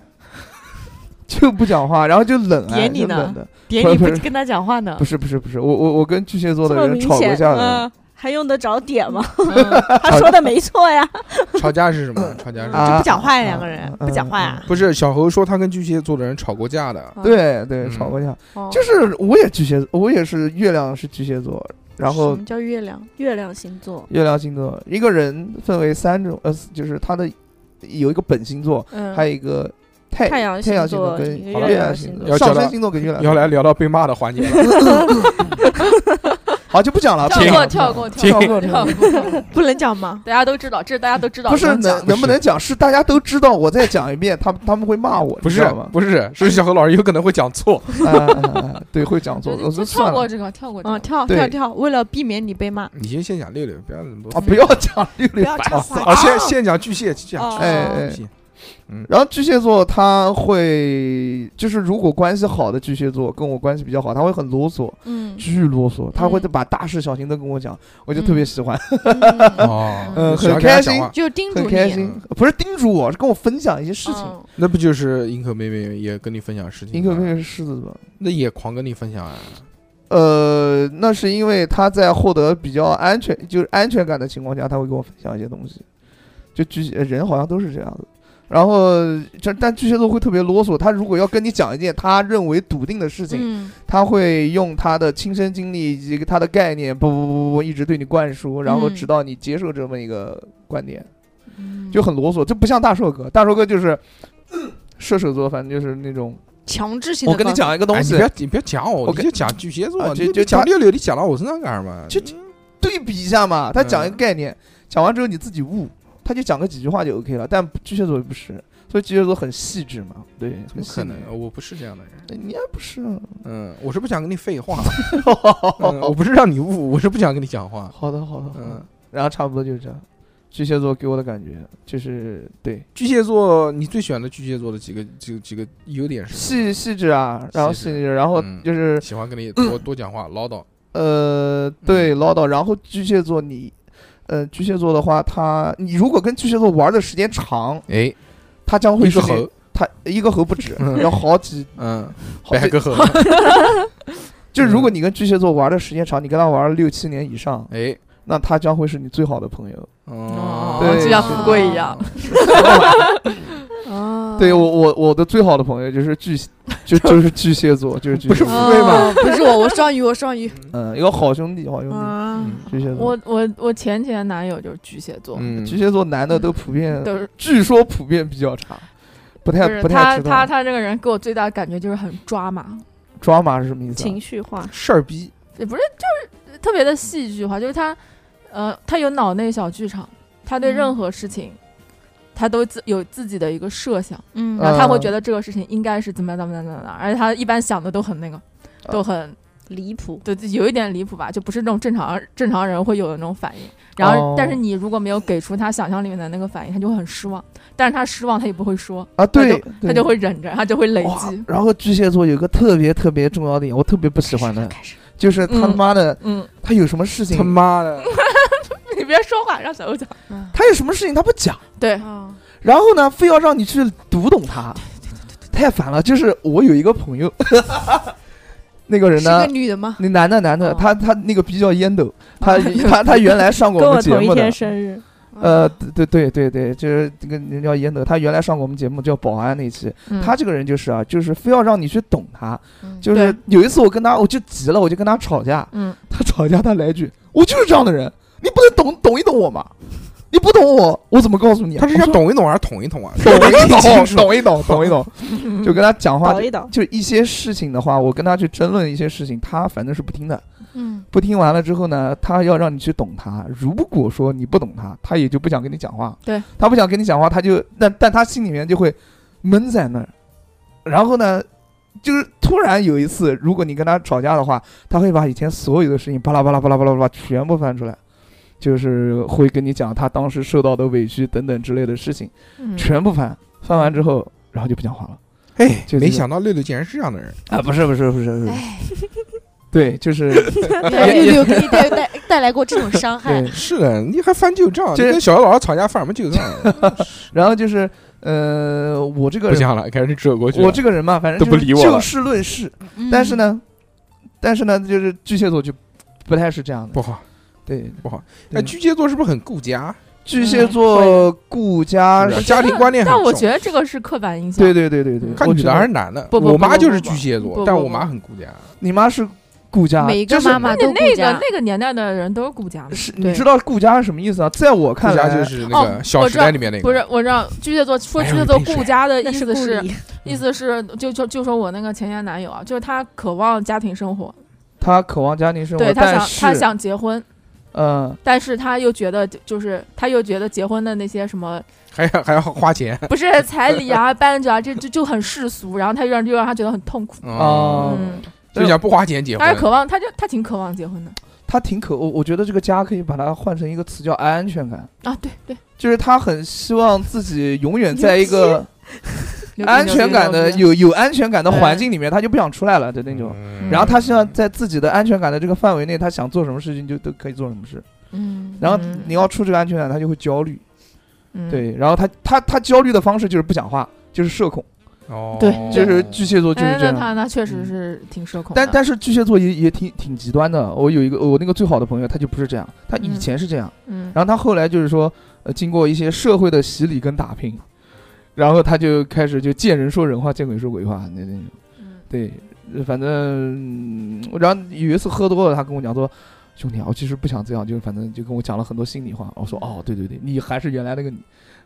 就不讲话，然后就冷哎，
点你
就
呢啊
冷的，
点
不
你
是
不
不是
跟他讲话呢
不？是不是不是，我我我跟巨蟹座的
这么
人
明
吵过
显
架的
嗯，
还用得着点吗？
嗯
他说的没错呀。
吵架是什么？吵架是什么
啊
就不讲话呀，
啊
两个人
嗯
不讲话呀。
不是小侯说他跟巨蟹座的人吵过架的，
哦对对，
嗯
吵过架，
哦
就是我也巨蟹，我也是月亮是巨蟹座，然后
什么叫月亮？
月亮星座，
月亮星座一个人分为三种，呃，就是他的有一个本星座，
嗯，
还有一个太
太
阳
阳
太
星
星
座
跟
一
个
月
月
亮
星
星
座
上
要
升
讲
星座跟月亮
要
星
来聊到被骂的环节 了。
座，好就不讲了，不
停
讲
过
了
跳过
跳
跳
过
过
跳
跳
过，
过，
不能讲吗？
大家都知道，这大家都知道。
不是
能讲
能能不能讲？是大家都知道，我再讲一遍，他们他们会骂我，
不
你知
是
道吗？
不是，是小何老师有可能会讲错。
啊啊啊啊对，会讲错，我
就
说算
就跳过
了
这个，哦跳过这
嗯，
个。
跳
对
跳跳，为了避免你被骂，
你先
哦
先讲六六，不要那么多哦
啊，不要讲六
不
六
要
八
插
四，
话。
啊，先先讲巨蟹，讲
哦
巨
哎哎
蟹，嗯
然后巨蟹座他会就是如果关系好的巨蟹座跟我关系比较好，他会很啰嗦，
嗯
巨啰嗦，他会
嗯
把大事小情都跟我讲，我就特别喜欢，
嗯
哦，
嗯
只要
很
跟他
开
讲
心
话
就叮嘱
很
你
开心，不是叮嘱我，是跟我分享一些事情。
嗯
那不就是银可妹妹也跟你分享事情吗？
你可不可以是狮子座？
那也狂跟你分享啊？
呃，那是因为他在获得比较安全，就是安全感的情况下，他会跟我分享一些东西。就巨蟹人好像都是这样子，然后这但巨蟹座会特别啰嗦，他如果要跟你讲一件他认为笃定的事情，
嗯
他会用他的亲身经历以及他的概念，不不不不不，一直对你灌输，然后
嗯
直到你接受这么一个观点，
嗯
就很啰嗦。这不像大硕哥，大硕哥就是。 射手座，反正就是那种，
强制性
我
的。
跟你，讲一个东
哎，你
西
不，要你不要讲我，
我
你
跟
就讲巨蟹
啊
座，
就
你
就
讲
他
六六，你讲到我身上干什么？
就对比一下
嗯
嘛。他讲一个概念，讲完之后你自己悟，他就讲个几句话就 OK 了。但巨蟹座不是，所以巨蟹座很细致嘛，对，
怎
很
么
细
可
腻。
能？嗯哦我不是这样的人。
你也不是啊，
嗯，我是不想跟你废 话，嗯我不是让你悟，我是不想跟你讲话。
好的，好的，好
嗯
的。，然后差不多就是这样。巨蟹座给我的感觉就是对
巨蟹座，你最喜欢的巨蟹座的几个几几个优点是什
细细致啊，然后
细
细
致
致，然后
嗯
就是
么？喜欢跟你
嗯
多多讲话，唠叨。嗯
呃，对唠叨。然后巨蟹座你，呃，巨蟹座的话，他你如果跟巨蟹座玩的时间长，
哎，
他将会
一个
是你
猴，
他一个猴不止
嗯，
要好几
嗯，
好
百
几
个猴，
就是
嗯
如果你跟巨蟹座玩的时间长，你跟他玩了六七年以上，
哎，
那他将会是你最好的朋 友。
哦
对就像
富贵一样。
哦
对我，我我的最好的朋友就是巨， 就就是巨蟹座，就是巨蟹座，
富贵嘛
哦不 是我，我双鱼，我双鱼。
嗯，一个好兄弟，好兄弟，
啊
嗯
巨蟹座。
我我我前前男友就是巨蟹座，
嗯，
巨蟹座男的都普遍，
都是
据说普遍比较差，不
就
太
是
不
他
太知
他
道。
他这个人给我最大的感觉就是很抓马，
抓马是什么意思啊
情？绪化，
事儿逼，
也不是就是特别的戏剧化，就是他呃他有脑内小剧场，他对
嗯
任何事情。他都自有自己的一个设想，
嗯
然后他会
嗯
觉得这个事情应该是怎么样怎么样怎么样，而且他一般想的都很那个，
嗯
都很
离谱。
对，就有一点离谱吧，就不是那种正常正常人会有的那种反应。然后，但是
哦
你如果没有给出他想象里面的那个反应，他就会很失望。但是他失望，他也不会说，
啊，对，
他
对
就会忍着，他就会累
哇
积。
然后巨蟹座有个特别特别重要的点，我特别不喜欢的，
开始
就是他
嗯
妈的，
嗯，
他有什么事情
他，妈的，
你别说话，让小欧讲。
嗯
他有什么事情他不讲。
对，
哦
然后呢，非要让你去读懂它，太烦了。就是我有一个朋友， 那个人
是
呢
个，女的吗？
那男的男的，
哦
他他那个逼叫烟斗，他他他原来上过
跟
们
我
节
同一
目的
天，生日，
呃，对对对对，就是这个人叫烟斗，他原来上过我们节目叫保安那一期，
嗯
他这个人就是啊，就是非要让你去懂他，
嗯，
就是有一次我跟他我就急了，我就跟他吵架，
嗯，
他吵架他来一句，我就是这样的人，你不能懂懂一懂我吗？你不懂我，我怎么告诉你啊？
他是
我
要
说
懂一懂还是捅一 捅啊？
懂一
听清
懂，
楚
懂一懂，懂一懂，就跟他讲话
倒，一倒，
就一些事情的话，我跟他去争论一些事情，他反正是不听的。
嗯
不听完了之后呢，他要让你去懂他。如果说你不懂他，他也就不想跟你讲话。
对，
他不想跟你讲话，他就但但他心里面就会闷在那儿。然后呢，就是突然有一次，如果你跟他吵架的话，他会把以前所有的事情巴拉巴拉巴拉巴拉巴拉全部翻出来，就是会跟你讲他当时受到的委屈等等之类的事情。
嗯
全部翻，翻完之后，然后就不讲话了。
哎，
就这
没
个
想到六六竟然是这样的人，
啊，不是不是不是不是，
哎，
对，就是
对六六给你带带带来过这种伤害
对，，
是的，你还翻旧账，你
这
跟小姚老师吵架翻什么旧账啊？
然后就是呃，我这个
不
人，
讲了，开始扯过去了。
我这个人嘛，反正
都不
就是
理我了
就事论事。
嗯
但是呢，但是呢，就是巨蟹座就不太是这样的
不。好。
对，
哎，
对
巨蟹座是不是很顾家？
巨蟹座顾家
是不是
是，
家庭观念很
但
重。
我觉得这个是刻板印象。
对对对对对，
看
我
女
知
的
道
还是男的？
不不不
我妈
不
就是
不
巨蟹
不
座，但
不
我妈
不
很顾家。
你妈是顾家，
每
啊就
个
是
妈
那
妈都顾
那个
家。
那个年代的人都是顾家嘛。
是，
对
你知道顾家是什么意思啊？在我
顾
看
家
来
就是那个
哦
《小
我
时
知道
代》里面那个，
不是，我让巨蟹座说
哎
巨
呦
蟹
你
座
别
顾
说
家的意
那
思
故
是
意，
意思是就就就说我那个前前男友啊，就是他渴望家庭生活，
他渴望家庭生活，
对他
但
想他
是
想结婚，
嗯，
但是他又觉得，就是他又觉得结婚的那些什 么，
还要还要花钱
不是彩礼啊、 伴着啊，这就就很世俗，然后他就让就让他觉得很痛苦。
哦
哦
嗯，
就想不花钱结
他是
婚。
渴望，他就他挺渴望结婚的。
他挺可，我我觉得这个家可以把它换成一个词叫安全感，
啊，对对，
就是他很希望自己永远在一个
牛逼
安全感的
牛逼
有有安全感的
对
环境里面，他就不想出来了的那种。
嗯
然后他希望在自己的安全感的这个范围内，他想做什么事情就都可以做什么事。
嗯，
然后
嗯
你要出这个安全感，他就会焦虑。
嗯
对，然后他他他焦虑的方式就是不讲话，就是社恐，
哦，
对
就是巨蟹座就是
哎，
这
那
样。嗯
他那确实是挺社恐的，
但但是巨蟹座也也挺挺极端的。我有一个我那个最好的朋友，他就不是这样，他以
嗯
前是这样，
嗯，
然后他后来就是说，呃，经过一些社会的洗礼跟打拼，然后他就开始就见人说人话，见鬼说鬼话那那种。
嗯
对，呃反正嗯我然后有一次喝多了，他跟我讲说。兄弟啊，我其实不想这样，就是反正就跟我讲了很多心里话。我说哦，对对对，你还是原来那个你，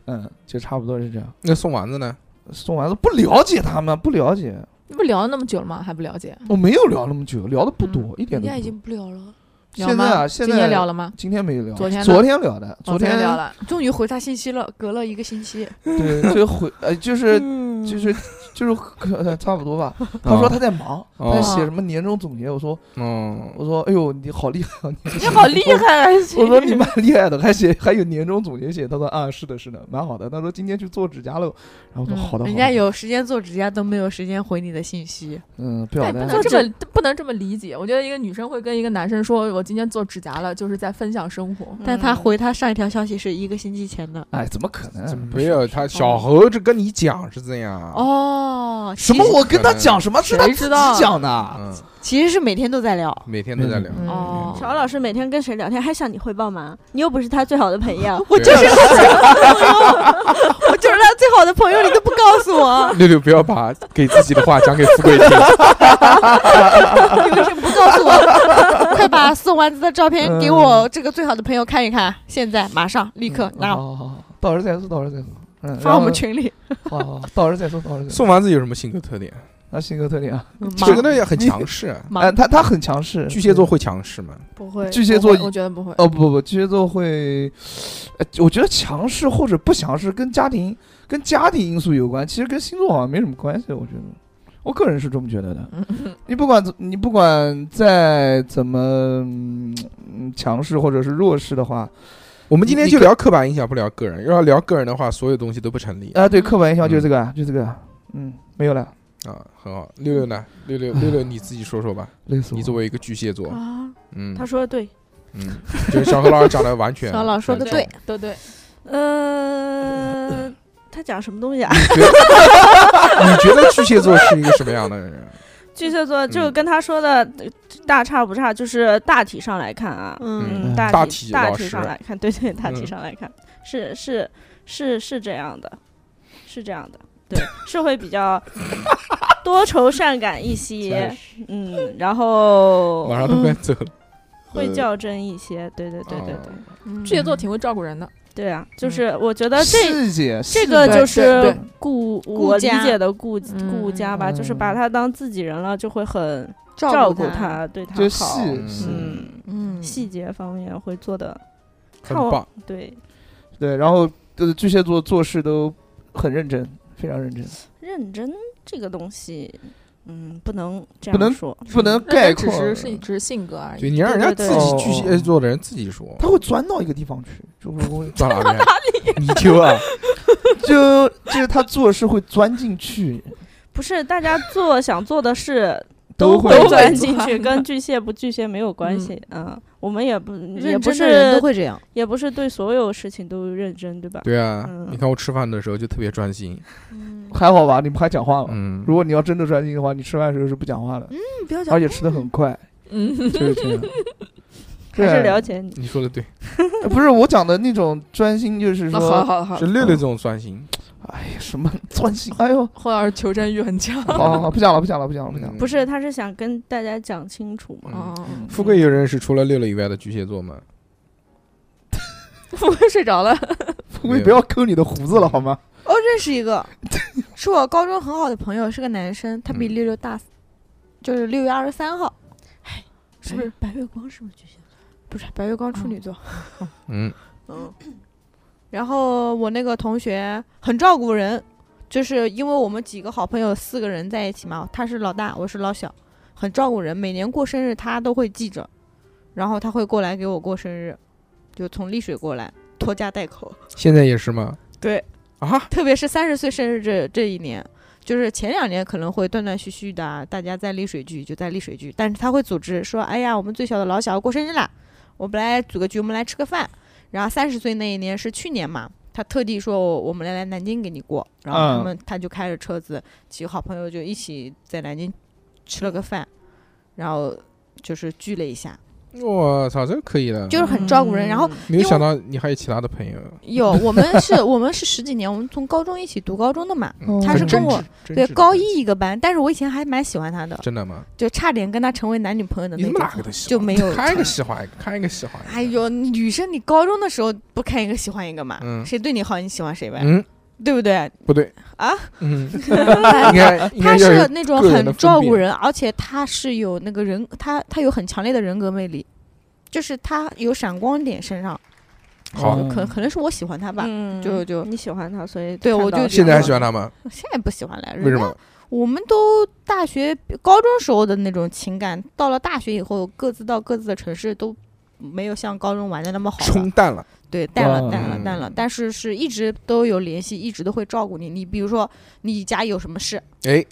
嗯，就差不多是这样。
那送丸子呢？
送完了不了解他们，不了解，
你不聊了那么久了吗？还不了解？
我没有聊那么久，聊的不多，一点
嗯人
都不
家已
多
经不聊了，聊
现在
吗
啊，现在
今天聊了吗？
今天没聊，
昨天呢
昨天聊的，
哦
天
聊 了，
终于回他信息了，隔了一个星期。
对，就回呃， 就是就是就是可呃差不多吧。他
啊
说他在忙，他在写什么年终总结。我说
嗯，
我说哎呦，你好厉害啊！你
你好厉害啊！
我 说你蛮厉害的，还写还有年终总结写。他说啊，是的，是的，蛮好的。他说今天去做指甲了，然后我说好的，
嗯人
好
家
的
有时间做指甲都没有时间回你的信息。
嗯，不
哎，
晓
不
得
能这么不能这么理解。我觉得一个女生会跟一个男生说：“我今天做指甲了”，就是在分享生活。
但
嗯
他回他上一条消息是一个星期前的。
哎，怎么可能？
没有他小猴子跟你讲是这样，
哦，
什么？我跟他讲什么是他
谁
自
知
己
道
讲的。啊
嗯，
其实是每天都在聊。
每天都在聊。，
嗯
哦
乔老师每天跟谁聊天，还想你汇报吗？你又不是他最好的朋友
我就是
我就是他最好的朋友，你都不告诉 我，
六六，不要把给自己的话讲给富 贵听。
你为什么不告诉我？快把送丸子的照片给我这个最好的朋友看一看，现在马上立刻
嗯
拿
好好好，好到时候再说，到时候再说。嗯，
发我
然后
们群里。
好好，好到时候再说，到时候再说。
送丸子有什么性格特点？
那性格特点啊，
嗯
我觉得也很强势。啊
忙
哎，他他很强势，
巨蟹座会强势吗？
不会
巨蟹座
我觉得不会。
哦不不，巨蟹座会，呃，我觉得强势或者不强势跟家庭跟家庭因素有关，其实跟星座好像没什么关系，我觉得，我个人是这么觉得的。
嗯
你不管怎你不管再怎么嗯嗯强势或者是弱势的话，
我们今天
你
就聊刻板印象，不聊个人。要聊个人的话，所有东西都不成立
啊、对，刻板印象就是这个啊，就这个啊，嗯，没有了，
啊。很好，六六呢？六六六六，你自己说说吧。
累死我了。
你作为一个巨蟹座，
啊。
嗯
他说的对，
嗯，就是小何老师讲的完全，
小老师说得对，
对对，
呃， 他讲什么东西 啊？
觉得你觉得巨蟹座是 一个什么样的人？啊
巨蟹座就
嗯
跟他说的呃大差不差，就是大体上来看啊，
嗯
嗯，
大体
体
老
大
实
上来看，对对，大体
嗯
上来看，是是是是这样的，是这样的， 对，是会比较多愁善感一 些，嗯，然后
马上都快走了，呃
会较真一些，对对对对对
哦
巨蟹座挺会照顾人的。
对啊，就是我觉得这。
细节，
这
细
个
节
就
对
是
对
顾我理
家
解的顾
嗯
顾家吧，就是把
嗯
他当自己人了，就会很
照
顾
他，
他，对他
就
好，
细细
嗯，
嗯，
细节方面会做的，
很
看我
棒。
对
对，然后呃巨蟹座做事都很认真，非常认真，
认真这个东西，嗯，不能这
不能
样说，
不能概括
只。是是只是性格而
对，
已。
你让人家自己巨蟹座的人自己说，
他会钻到一个地方去，就是我
到哪边？泥鳅啊！
就就是他做事会钻进去，
不是大家做 想做的事
都
会
会
钻
钻
进去，
钻
跟巨蟹不巨蟹没有关
嗯
系，嗯，我们也不也
认
不
真的人
是
都会这样。
也不是对所有事情都认真，对吧？
对啊，
嗯
你看我吃饭的时候就特别专心，
还好吧？你们还讲话吗？
嗯，
如果你要真的专心的话，你吃饭的时候是不讲话的，
嗯
不要
而且吃的很 快，
嗯，
就是这样。
还是了
解
解你，
你说的对，嗯
不是我讲的那种专心，就是
那好
说，
好好
是，六六这种专心，
哎呀，什么 专心？哎 呦，
霍老师求生欲很强。
好好好，不讲了，不讲了，不讲了，不讲了。
不是，他是想跟大家讲清楚嘛。
嗯
哦，
富贵有认识除了六六以外的巨蟹座吗？
富贵睡着了，
富贵不要抠你的胡子了好吗？
哦，认识一个，是我高中很好的朋友，是个男生，他比
嗯
六六大，就是六月二十三号，哎
是不是？
白月光是不是巨蟹？
不是白月光处女座。
嗯，
嗯，然后我那个同学很照顾人，就是因为我们几个好朋友四个人在一起嘛，他是老大，我是老小，很照顾人。每年过生日他都会记着，然后他会过来给我过生日，就从丽水过来，拖家带口。
现在也是吗？
对
啊，
特别是三十岁生日这这一年，就是前两年可能会断断续续的啊，大家在丽水聚就在丽水聚，但是他会组织说，哎呀，我们最小的老小要过生日啦，我们来组个局，我们来吃个饭。然后三十岁那一年是去年嘛，他特地说我我们来来南京给你过，然后他们、他就开着车子，几个好朋友就一起在南京吃了个饭，然后就是聚了一下，
我操，这可以的，
就是很照顾人。然
嗯
后
没有想到你还有其他的朋友，
有我们是我们是十几年，我们从高中一起读高中的嘛，
嗯
他
很
是
真
跟我
挚真
对
挚的
高
朋友
一一个班，但是我以前还蛮喜欢他的，
真的吗？
就差点跟他成为男女朋友的
你
那
怎么哪
种。
个都喜欢？
就没 有嗯
看一个喜欢一个，看一个喜欢一个。
哎，呦，女生你高中的时候不看一个喜欢一个嘛，
嗯
谁对你好你喜欢谁呗，
嗯，
对 不对？
不对
啊，
嗯，应该应该
他
要有
是那种
个人的
很
分
照
别
顾人，而且他是有那个人，他他有很强烈的人格魅力，就是他有闪光点身上，
好
就可可能是我喜欢他吧，
嗯
就就
你喜欢他，所以
对
看
我
到
就
了，
觉
现在还
得
喜欢他吗？
现在不喜欢了。人
为什
家
么？
我们都大学、高中时候的那种情感，到了大学以后，各自到各自的城市都。没有像高中玩的那么好了，
冲淡了，
对，淡了，
嗯
淡了，淡了，但是是一直都有联系，一直都会照顾你。你比如说，你家有什么事，
哎，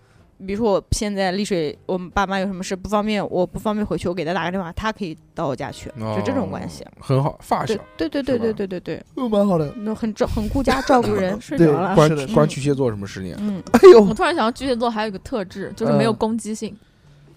比如说我现在丽水，我们爸妈有什么事不方便，我不方便回去，我给他打个电话，他可以到我家去，就这种关系。
很好，发小
对对对对
哦是吧
对对对对，
嗯，蛮好的。
那很照很顾家照顾人
睡
对
着了，
关
是的
关
嗯
巨蟹座什么事情？
嗯，
哎
我
呦，
突然想到巨蟹座还有一个特质，就是没有
嗯
攻击性。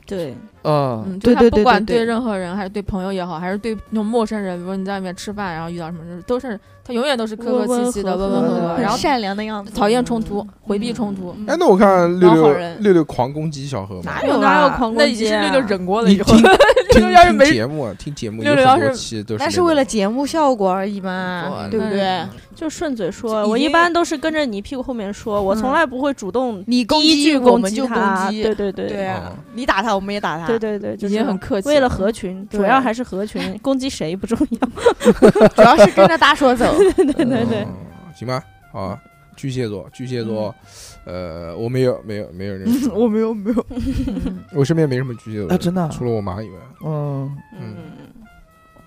对，
啊，
嗯，就是
对
他
对对
不管
对对
对任何人，还是对朋友也好，还是对那种陌生人，比如说你在外面吃饭，然后遇到什么事，都是他永远都是客客气气的、
温
温
温
温和
和和
和，
嗯
然后
善良的样子，
讨厌冲突、回避冲突。
哎，那我看六
嗯老好
六
人
六六狂攻击小何嘛
哪，
有
有
哪有
啊
狂
那
攻
已经
击
是
啊
六六整过了，
你
以后
听
六
听
六要是
听
没
节目啊，听节目有
六六要
很多
是
期都是那
那
种，哦
是为了节目效果而已嘛，
嗯
对不对？
就顺嘴
已
说，
经
我一嗯般都是跟着你屁股后面说，我从来不会主动
你攻
第一
击
句
我
攻
们
击
就攻
他，
击，
对对对
对
哦
啊
嗯，
你打他我们也打他，
对对对，就
已
是
经很客气，
为了合群，主
对
要还是合群，攻击谁不重要。
主要是跟着大说走，，
对对对，
嗯，行吧，好啊，巨蟹座，巨蟹座，
嗯
呃，我没有没有没有认识
我没有没有，
嗯
我身边没什么巨蟹座
啊，
人，
真的啊，
除了我妈以外，
嗯
嗯，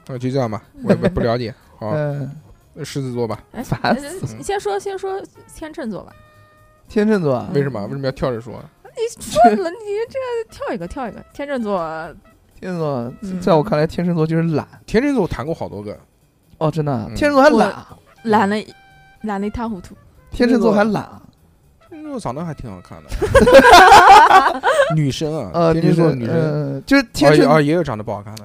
那就这样吧，我也不不了 解，好啊，
嗯，
狮子座吧，
哎
烦
呃
死了
先说先说天秤座 吧，
天秤座啊，
为什么为什么要跳着说？
说了你这跳一个跳一个，天秤座
天秤座
嗯，
在我看来，天秤座就是懒。
天秤座我谈过好多个，
哦，真的啊，
嗯
天秤座还懒，
懒得懒得一塌糊涂，
天秤座还懒啊。
天秤座长得还挺好看 的，女生啊，
呃，
天秤座
是
女生，
呃，就是
啊
天
也啊
秤，
也有长得不好看的，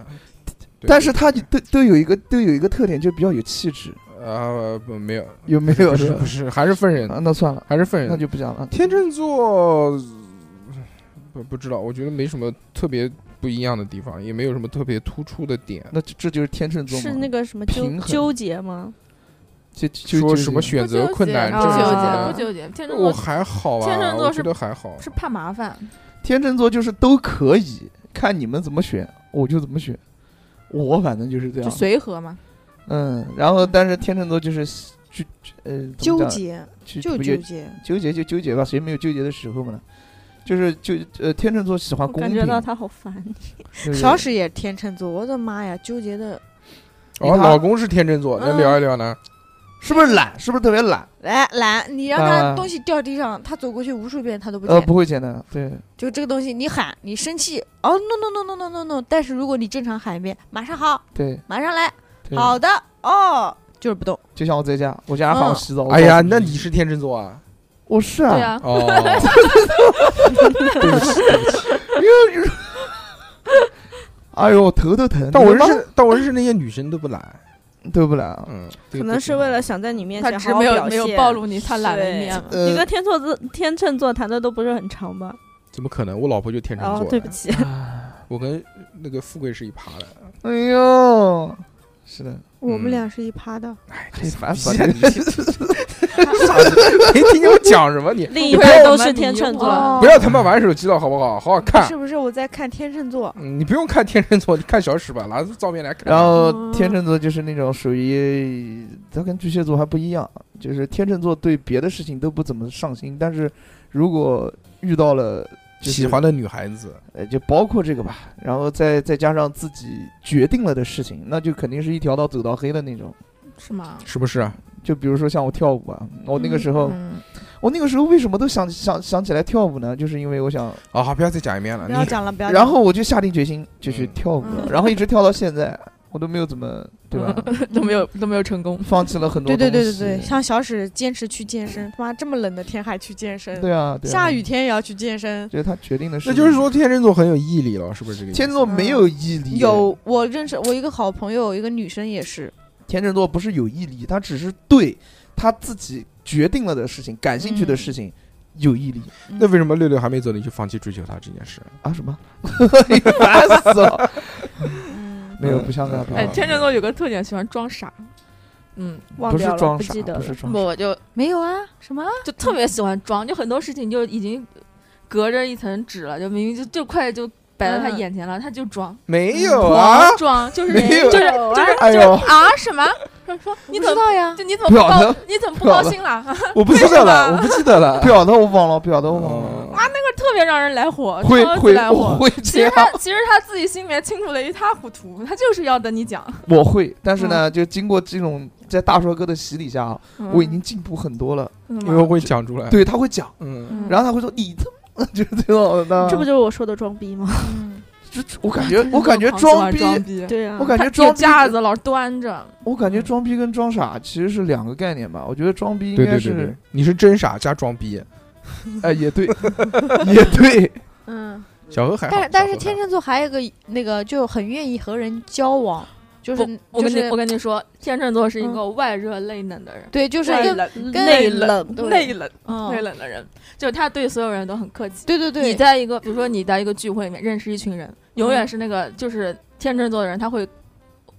对
但是他都都有一个都有一个特点，就比较有气质，
呃不没有
有没 有？
不是嗯
吧
不是还是分人
啊，那算了，
还是分
那
人，
就不讲了。
天秤座呃不不知道，我觉得没什么特别不一样的地方，也没有什么特别突出的点。
那这这就是天秤座
是
嘛
那个什么纠
平衡
纠结吗？
就就
说
就
什么
就
选择
不纠
困
结
难
不
症
纠
这种
结不
的
纠结，天秤
我
座
还好啊，
天秤座
我觉
是
得还好，
是怕麻烦，
天秤座就是都可以，看你们怎么选，我就怎么选。我反正就是这
就
样，
随和嘛。
嗯，然后但是天秤座就是就呃怎么
纠
讲
结
就
就
不
纠结，
纠结就纠结吧，谁没有纠结的时候嘛？就是就呃天秤座喜欢
我
公
感
平，
觉到他好烦。
对不对
小史也天秤座，我的妈呀，纠结的
哦，
你看
老公是天秤座，来
嗯
聊一聊呢。
是不是懒？是不是特别懒？
来懒，你让
啊
他东西掉地上，他走过去无数遍他都不捡。
呃，不会捡的，对，
就这个东西，你喊你生气，哦 no no no no no no no，但是如果你正常喊一遍，马上好，
对
马上来，
对，
好的哦，就是不动。
就像我在家，我家喊我洗澡，我
哎呀，
告诉
那你是天秤座啊？
我是
对
啊，
呀，
哦，对不 起，对不起。
哎呦，头都疼。
但我
你他妈
认识，但我认识那些女生都不懒，
对不来啊，
嗯，这
可
个
能
都
是为了想在你面
他
前
只
好好
没有
表
没有
现
暴露你他懒的一
对
面嘛。
你
呃
跟天秤座天秤座谈的都不是很长吧？
怎么可能？我老婆就天秤座
哦，
的，
对不起，
我跟那个富贵是一趴的。
哎呦，是的，
我们俩
是一趴 的，
哎，
嘿烦死了
了！你 没听我讲什么 你？
另
你
一
不
半
要
都
什么
是
你
天
又哦
秤
不
座
好。
不要他妈玩手机了，好不好？好好看
是。不是我在看天秤
啊
座？
嗯，你不用看天秤座，你看小史吧，拿照片来看。
然后天秤座就是那种属于，它跟巨蟹座还不一样，就是天秤座对别的事情都不怎么上心，但是如果遇到了就是
喜欢的女孩子，
呃，就包括这个吧，然后再再加上自己决定了的事情，那就肯定是一条道走到黑的那种。
是吗？
是不是啊？
就比如说像我跳舞啊，我那个时候，
嗯
我那个时候为什么都想想想起来跳舞呢？就是因为我想，
啊好，不要再讲一遍了。
不要
你
讲了，不要讲了。
然后我就下定决心就去
嗯
跳舞了，
嗯
然后一直跳到现在，我都没有怎么对吧？
都没有都没有成功。
放弃 了很多
嗯对对对对
东西
对，像小史坚持去健身，他妈这么冷的天还去健身，
对啊，对啊
下雨，天也要去健身。
就是他决定的事。
那就是，说天秤座很有毅力了，是不是这个意思？
天秤座没有毅力，
嗯有我认识我一个好朋友，一个女生也是，
天秤座不是有毅力，他只是对他自己决定了的事情、感兴趣
嗯
的事情有毅力
那为什么六六还没走，你就放弃追求他这件事？
啊？什么？ 烦死了！
嗯
没有，不相干。不
哎
哎，
相干
天秤座有个特点，喜欢装傻。嗯，
忘
不是
掉了，
装
不
傻
记，得
不
了。
是装傻。
我就
没有啊？什么？
就特别喜欢装，就很多事情就已经隔着一层纸了，就明明就就快就摆在他眼前
嗯
了，他就装，
没
不
有啊，
装就是
没有
就是
有啊
就是
哎呦，
啊什么？说你
你
怎
知
么
道呀？
就你怎么不
表
高
的
你怎么不
表
高
的
兴了？
我不记得了，我不记得 了。
表的我忘了，表的我忘了。
嗯
特别让人来火，
会
超级
会
来
我
火。
会这
其实
样，
他其实他自己心里面清楚的一塌糊涂，他就是要等你讲。
我会，但是呢，就经过这种在大帅哥的洗礼下啊，
嗯
我已经进步很多了。
嗯
因为我会讲出来。，
对他会讲，
嗯，
嗯
然后他会说你他妈 就是这种的，
这不就是我说的装逼吗？
嗯
就我感觉我感觉
好喜欢
逼，
装逼，
对啊
我，感
他
觉
有
装逼
架子老端着，
我感觉装逼跟装傻其实是两个概念吧。我觉得装逼应
对
该
对对对
是，，
你是真傻加装逼。
哎，也对，也对，
嗯，
小何还好，
但是但是
小何还好
天秤座还有一个那个就很愿意和人交往，就是
不我
就
跟你
是
我跟你说，天秤座是一个外热内冷的人，
对，就是跟
冷
跟
内冷，
对
内冷
嗯
内冷的人，就是他对所有人都很客气。
对对
你
对，
在一个比如说你在一个聚会里面认识一群人，永
嗯
远是那个就是天秤座的人，他会。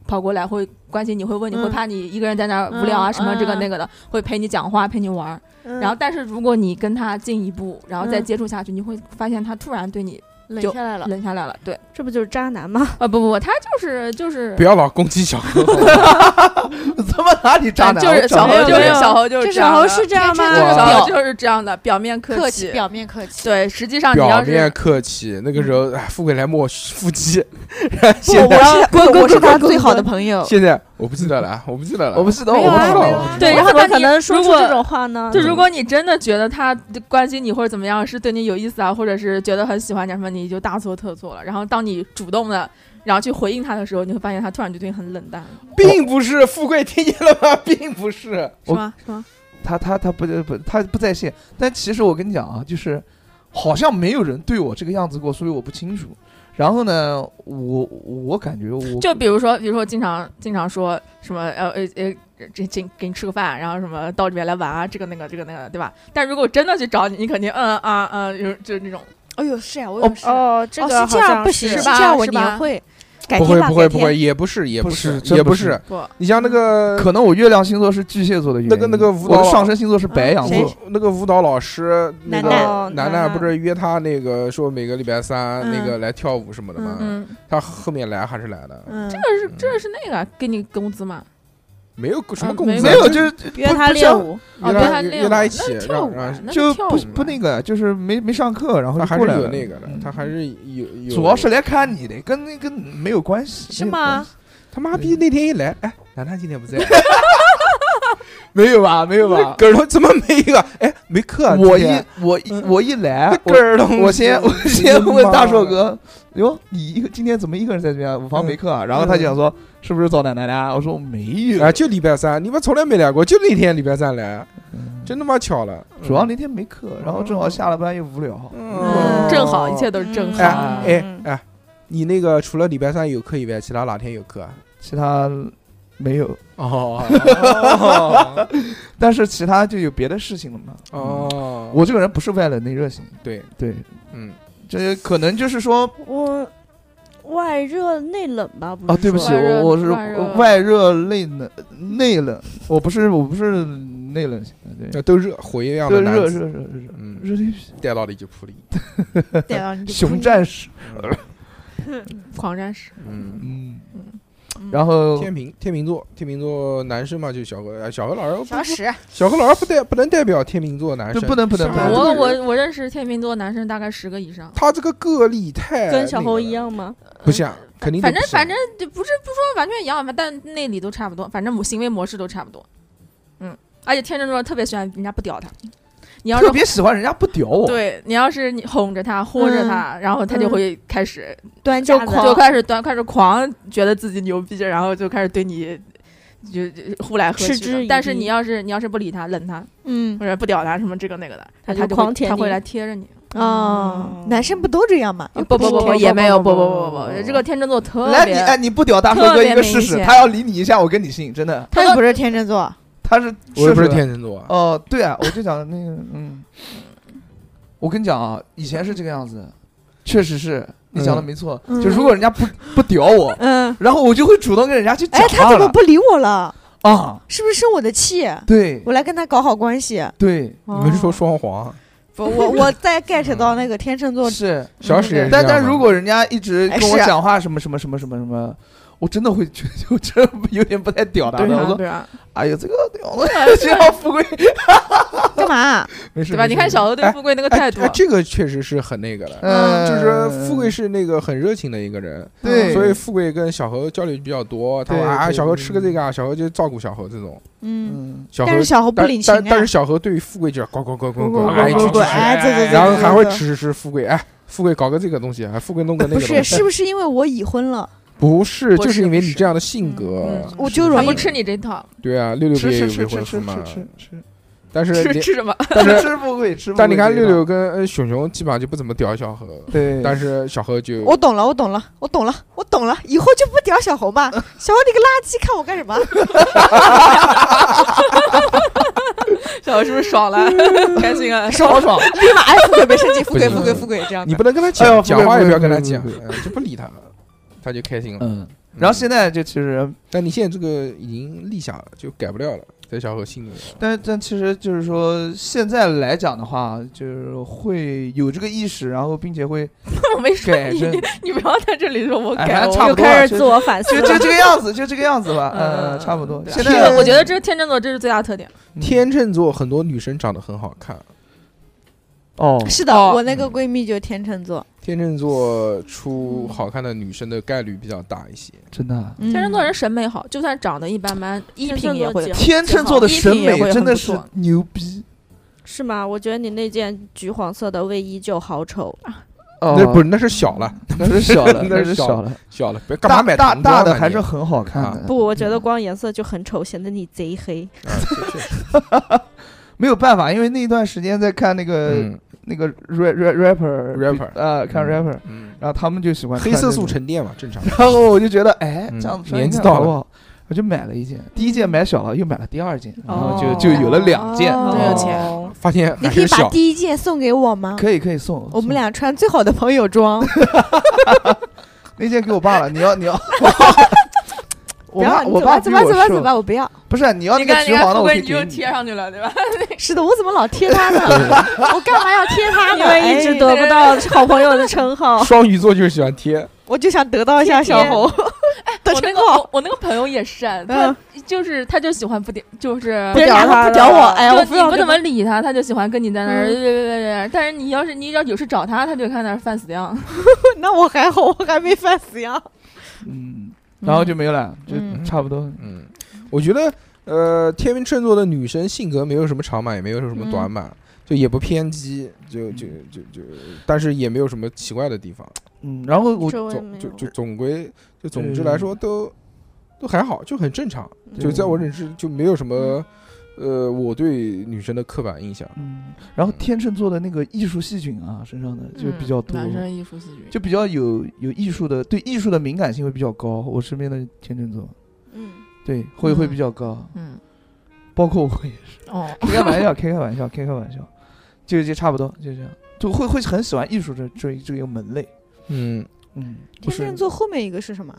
跑过来会关心你，会问你，
嗯
会怕你一个人在那儿无聊啊，
嗯
什么这个
嗯
那个的，会陪你讲话，陪你玩儿。然后，但是如果你跟他进一步，然后再
嗯
接触下去，你会发现他突然对你
冷
就
下来了。
冷下来了。 对，
这不就是渣男吗？
啊不不不，他就是就是
不要老攻击小 何，
他妈哪里渣男？
嗯哎就是
我
小
长
猴
得，
就是
没有
小猴就是
这
这样
小猴
的
是这样吗
天秤座
哇
小猴就是这样的，表面
客
气。
表面客气。
对，实
啊
际上你
表
要
面
是
客气。那个时候，哎，富贵来摸我腹肌，
不
现 在
我是
坤
我
坤
是
是
他
他
最
最
好
好
的
的朋友。
现在我不记得了啊，我不记得了，
我不知道，
没
我
有
不
啊
知道
没有
我
啊
不知
对
道，
我
然后
怎么
那
可
你
能说
如
出
果
这种话呢？
就如果你真的觉得他关心你或者怎么样，是对你有意思啊，或者是觉得很喜欢你什么，你就大错特错了。然后当你主动的，然后去回应他的时候，你会发现他突然就对你很冷淡了，
并不是富贵，听见了吗？并不是，
是
我
吗？是吗？
他他他不不他不在线，但其实我跟你讲啊，就是好像没有人对我这个样子过，所以我不清楚。然后呢，我我感觉我
就比如说，比如说经常经常说什么呃呃呃，这请给你吃个饭，然后什么到这边来玩啊，这个那个这个那个，对吧？但如果真的去找你，你肯定嗯啊嗯，就是就是那种
哎呦，是呀，我
也
是
哦，这个
哦，是这样不行，
是
是
吧
这样我
是吧
年会，改
不
天
会
吧
不会
改
不
天
会，也不是也
不
是
是真
也
不
是
是。
不
你像那个
可能我月亮星座是巨蟹座的原因，
那个那个舞
我
蹈
的上升星座是白羊
谁
啊
座，
那个舞蹈老师那
楠
个
楠
哦
楠
楠
楠
楠
不是约他那个说每个礼拜三
嗯
那个来跳舞什么的吗？
嗯。
他后面来还是来的，
嗯，
这是这是那个啊给你工资嘛？
没有什么
啊
工
没
资，
没有就是
约
不
他
不
练
像
舞，
约
哦，对，
他
他
约他一起，
跳
让
舞啊
让，
那
就
跳
不
舞
不那个，就是没没上课，然后
他
就
还是
过来
有
了
那个的
嗯，
他还是有有。
主要是来看你的，跟那跟没有关系，
是
没有关
吗
系？？
他妈逼那天一来，哎，楠楠今天不在，
没有吧？没有吧？
葛儿头怎么没一个？哎，没课啊，今
我一
天
我一
嗯
我一来，
葛
我
儿头，
我先我先问大硕
硕，
哥，哟，你一个今天怎么一个人在这边？我房没课啊？然后他
嗯
讲说，是不是找奶奶啦？我说没有
啊，，就礼拜三，你们从来没来过，就那天礼拜三来，
嗯
真他妈巧了。
主要那天没课，然后正好下了班又无聊，哦
嗯，
正好，一切都是正
嗯
好。
哎哎
嗯
哎，你那个除了礼拜三有课以外，其他哪天有课啊？
其他没有，
哦
但是其他就有别的事情了嘛。嗯，
哦，
我这个人不是外冷内热型，
对，
对，
嗯，
这可能就是说
我外热内冷吧，不是
啊，对不
说
起，
外热
我我是
外热
外热内冷内冷，我不是我不是内冷型的，对，
那都热火一样
对
的
热
男
热
子，
热热热
嗯，
热力
带到的就普里，
对啊，你就
熊
哭
战士，
嗯
狂战士，
嗯，
嗯，然后
天平天秤座，天秤座男生嘛，就小何，哎小何老师，
小史，
小何老师不代不能代表天秤座男
不
生，
不能不能不
是
能，
这
我
个
我我认识天秤座男生大概十个以上，
他这个个例太
跟小
那个
侯一样吗？
了，不像，肯定就
嗯反正
不像
反正就不是不说完全一样吧，但内里都差不多，反正行为模式都差不多。嗯，而且天秤座特别喜欢人家不屌他，你要是
特别喜欢人家不屌我，
对你要是你哄着
嗯
他、豁着他，然后他就会开始
端
就
架子，
狂就开始端开始狂觉得自己牛逼，然后就开始对你。就就呼来喝
嗤
去
之
的
以，
但是
鼻
你要是你要是不理他、冷他
嗯
或者不屌他什么这个那个的，他
他就
他就
狂
会
舔
他会
你
来贴着你。
哦，男生不都这样吗？
不不不不，
不
也
不
没有，
不
不不
不
不
不
不，
不
这个天秤座特
来你
别，
哎你不屌大帅
特
哥
别
一个试
明
试，
显
他要理你一下，我跟你信，真的，
他又不是天秤座，
他是
我又不是
天。
天秤座，
哦，对啊，我就讲那个，嗯，我跟你讲啊，以前是这个样子，确实是你讲的
嗯
没错，
嗯
就如果人家不不屌我，
嗯，
然后我就会主动跟人家去讲
哎，他怎么
了
不理我了？
啊？
是不是生我的气？
对
我来跟他搞好关系。
对，
你们是
哦
说双簧？
不，我我再
嗯
get 到那个天秤 座，
是，
小史也是这
但
样吗，
但如果人家一直
哎
跟我
是啊
讲话什么什么什么什么什么。我真的会觉得，我真的有点不太屌他
对
的。我
啊
说，
对啊，
哎呀，这个屌 的，这样富贵，
干嘛？
没事
对吧？
没
你
事
看小何对
哎
富贵那个
哎
态度
哎，，这个确实是很那个的。嗯
呃，
就是富贵是那个很热情的一个人，
嗯对，
所以富贵跟小何交流比较多。他
对
说啊，
对
小何吃个这个啊，小何就照顾小何这种。
嗯，
嗯，
小何
但是小猴不
但
领情
但但
啊
是。小何对于富贵就是呱呱呱呱呱，
滚
哎
滚
去
滚
去
滚！
去
哎，对对对，
然后还会
对对
指使富贵，哎，富贵搞个这个东西，哎，富贵弄个那个
不是，
东西，
是不是因为我已婚了，
不是，
不
就是是因为
不
你
是
这样的性格
嗯，我就容
啊他
易
不吃你这套，
对啊，六六不
吃
也有
吃
未
吃
婚夫
吃吃
嘛
吃，吃吃，
但是
吃
你
吃什么？
但是
吃富贵吃富贵这一套。
但你看六六跟呃熊熊基本上就不怎么屌小何，
啊对，
但是小何就
我懂了，我懂了，我懂了，我懂了，以后就不屌小猴嘛，小猴你个垃圾，看我干什么？
小何是不是爽了？开心啊！
是 好爽。
立马哎，富贵别生气，富贵
不
富
行
贵富贵这样
你
的。
不能跟他
哎
讲，
呦
讲
不会
话也
不
不
会
要跟他
不会
讲
不会，
哎就不理他，他就开心了。
嗯，然后现
在，
在就其实，
但你现在这个已经立下了，就改不了了，在小何心里面。
但但其实就是说，现在来讲的话，就是会有这个意识，然后并且会
我没说
改
你
正，
你不要在这里说我
哎
改
反正差
我。
不多
又开
了
始自我反思
就
了。
就这个样子，就这个样子 吧，
嗯
嗯，差不多。
对啊
现
天
在
我觉得这天秤座这是最大特点，
嗯
天秤座很多女生长得很好看，
哦，
是的，
哦
我那个闺蜜就是天秤座，
天秤座出好看的女生的概率比较大一些。
真的啊，
天
天秤座人审美好，就算长得一般般，衣
天
品
秤
也
座
会
姐
天秤座的审
衣品也
美
会很
真的
不
是
错
牛逼。
是吗？我觉得你那件橘黄色的卫衣就好丑。
哦
那不是，那是小了，
那是小了，
那
那
是
是
小
小了。
小了，别干嘛
大
买
大
童装
大的
啊
还
你
是很好看的。
不，我
嗯
觉得光颜色就很丑，显得你贼黑。
啊确确实
没有办法，因为那一段时间在看那个
嗯
那个 rap rap rapper
Rapper
呃，看 rapper，
嗯，
然后他们就喜欢
黑
穿
色
这
素
种
沉淀嘛，正常。
然后我就觉得，哎，
嗯
这样子
年纪
看
到
好不
了
好？我就买了一件，第一件买小了，又买了第二件，然后就
哦
就有了两件。
哦
真有钱
哦
发现
你
还
可以
是
把
小，。
第一件送给我吗？
可以可以送
我
送
们俩穿最好的朋友装，
那件给我爸了，你要你要， 我
不要
爸
你
我
怎
爸
么
比
怎么怎
我
么怎
瘦，
么我不要。
不是你要那
你
个
看
橘
你看
黄的，
富
我可
贵
以
你就
给
贴上去了，对吧？
是的，我怎么老贴他呢？ 我干嘛要贴他
因
呢？
为一直
哎
得不到好朋友的称号
双鱼座就是喜欢贴，
我就想得到一下小猴 的
我那
称
个 嗯
号。
我我那个朋友也是，
嗯
他就是他就喜欢不点，就是
不
人家
屌他
不屌我，
了
哎呀，我
就啊
非
你
要
不
跟
怎
他
么理他，他就喜欢跟你在那儿。
嗯
对对对对但是你要是你要有事找他，他就看那儿犯死样。
那我还好，我还没犯死呀。
嗯，然后就没有了，就
嗯
差不多。
嗯，我觉得呃，天秤座的女生性格没有什么长板，也没有什么短板，就也不偏激，就就就就，但是也没有什么奇怪的地方，
嗯，然后我
周围
总
没
就
有
就总归就总之来说都都还好，就很正常，
嗯
就在我认知就没有什么。呃，我对女生的刻板印象，
嗯，然后天秤座的那个艺术细菌啊，身上的 就比较多，
嗯男生艺术细菌，
就比较有有艺术的，对艺术的敏感性会比较高。我身边的天秤座，
嗯，
对，会会
嗯
比较高，
嗯
包括我也是。
哦，
开开玩笑，开开玩笑，开开玩笑，就就差不多，就这样，就会会很喜欢艺术这这这个门类。
嗯，
嗯，不
天
是
秤座后面一个是什么？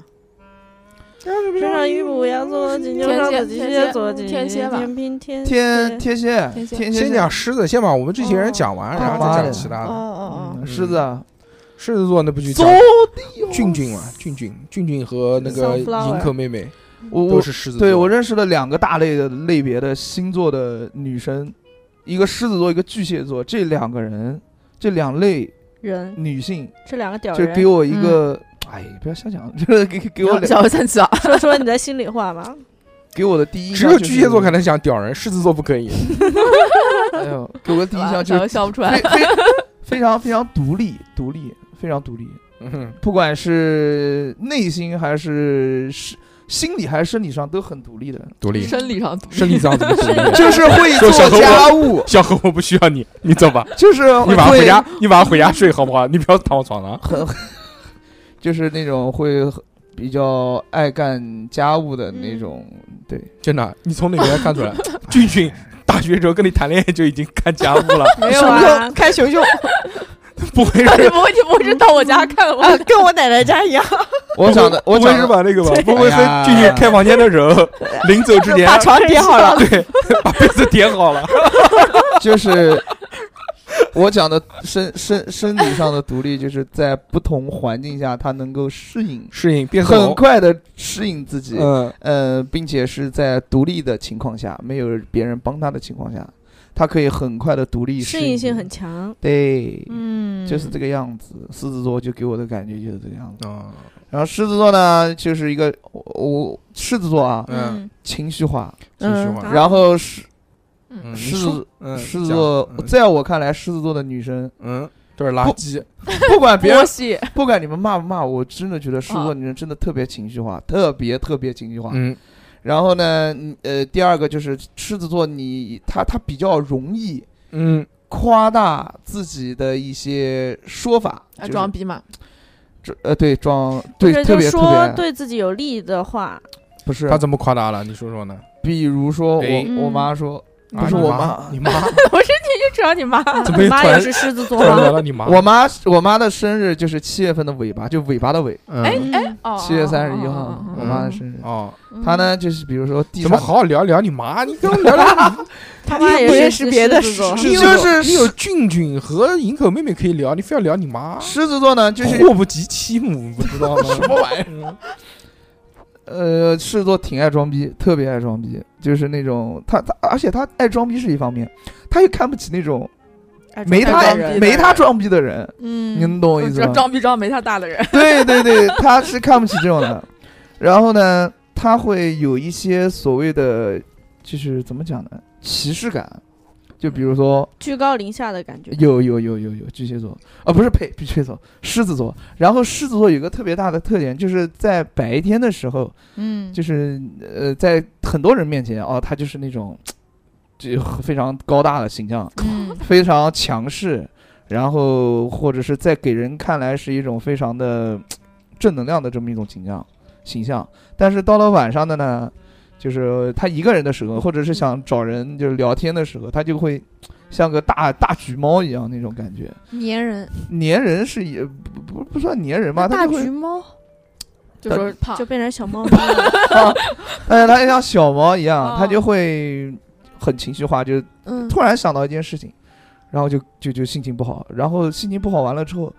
身上玉母羊座、金牛
天
双
蝎
子、巨
天
蟹
蝎
座、金
天蝎吧
嗯天平、天
天
蝎
天蝎，
天蝎
天蝎
先
是
讲狮子，先把我们这些人讲完，
哦
然后再讲其
嗯
哦
他的。
哦
嗯狮子啊，
狮子座那不就
走
叫俊俊嘛，俊俊俊俊和那个
Sunflower
银可妹妹
我
都
我
是狮子座。
对我认识了两个大类的类别的星座的女生，一个狮子座，一个巨蟹座，这两个人，这两类
人
女性，
这两个屌
就
人，
给我一个，哎，不要瞎讲， 就是给给我两
嗯小三 次啊，
说说你的心里话嘛。
给我的第一印
只
象
有
就
巨
是
蟹座可能想屌人，狮子座不可以。
哎呦，给我的第一印象就
小
是
笑不出来
非。非非常非常独立，独立，非常独立，
嗯哼
不管是内心还是是心理还是生理上都很独立的，
独立，
生理上独立
生理上怎么独立？
就是会
说小何我
做家务，
小何，我不需要你，你走吧，
就是
你晚上回
会
家，你晚上回家睡好不好？你不要躺我床上啊。
很， 就是那种会比较爱干家务的
嗯
那种，对，
真的，啊你从 哪边看出来？俊俊大学时候跟你谈恋爱就已经干家务了，
没有
熊
啊
熊，看 熊熊
不会
你
是
不会，你不会是到我家看我？
啊，跟我奶奶家一样，
我想的，我
不会
想
是
的，
把那个吧？不会是
哎呀
俊俊开房间的时 候，临走之前
把床叠好了，
对，把被子叠好了。
就是我讲的生生生理上的独立，就是在不同环境下，他能够适应，
适应变
很快的适应自己，
嗯，
呃，并且是在独立的情况下，没有别人帮他的情况下，他可以很快的独立
适
应
应性
自
很
己，
强，
对，
嗯
就是这个样子。狮子座就给我的感觉就是这个样子。
哦，
然后狮子座呢，就是一个我我狮子座啊，
嗯，
情绪化。
继续
嗯
话
啊
然后狮
嗯，
狮
你说
子
嗯
狮子
讲
座，
嗯
在我看来，狮子座的女生，
嗯，都是垃圾，
不管别
波
人
系，
不管你们骂不骂，我真的觉得狮子座
啊
女生真的特别情绪化，特别特别情绪化。
嗯
然后呢，你呃，第二个就是狮子座你，他他比较容易
嗯，
夸大自己的一些说法，
啊
就是
装逼嘛，
这呃对装
或
对
者
特
就
别特
说
别
对自己有利的话，
不是
他，怎么夸大了？你说说呢？
比如说
哎
我我
嗯
妈说
啊
不是
你
我
妈，
妈
你 妈
不是你就知道你妈
怎么
你
又
妈
突
也
然
是狮 子座
突然聊
吗？
到你妈？
我妈我妈的生日就是七月份的尾巴，就尾巴的尾，
哎
嗯
哎，
哦
七月三十一号
哦哦哦，
我
嗯
妈的生日。
哦，
她
嗯
呢，就是比如说
怎
地上
么好好聊聊你妈？ 你跟我聊聊
他妈
不
也
认
是
识别的
狮子座
你，
狮
你
子座
有你有俊俊和银可妹妹可以聊，你非要聊你妈，
狮子座呢，就是
祸不及妻母，不知道 吗？什么玩意儿？
呃，狮子座挺爱装逼，特别爱装逼，就是那种他他，而且他爱装逼是一方面，他又看不起那种
哎
没
装
他
逼
爱
的人
没他装逼的人，
嗯，
您懂我意思
装
吗？
装逼装没他大 的人，
对对对，他是看不起这种 的。然后呢，他会有一些所谓的，就是怎么讲呢，歧视感。就比如说，
居高临下的感觉，
有有有有有巨蟹座啊，不是呸，巨蟹座，狮子座。然后狮子座有一个特别大的特点，就是在白天的时候，
嗯，
就是呃，在很多人面前哦，他就是那种就非常高大的形象，
嗯
非常强势，然后或者是在给人看来是一种非常的正能量的这么一种形象形象。但是到了晚上的呢，就是他一个人的时候，或者是想找人就是聊天的时候，他就会像个大大橘猫一样那种感觉，
粘人，
粘人是也不不不算粘人吧，他
大
就会
橘猫，
就说胖
就，变成小 猫咪了。
啊，但是他就像小猫一样，
哦
他就会很情绪化，就
嗯，
突然想到一件事情，然后就就就心情不好，然后心情不好完了之后，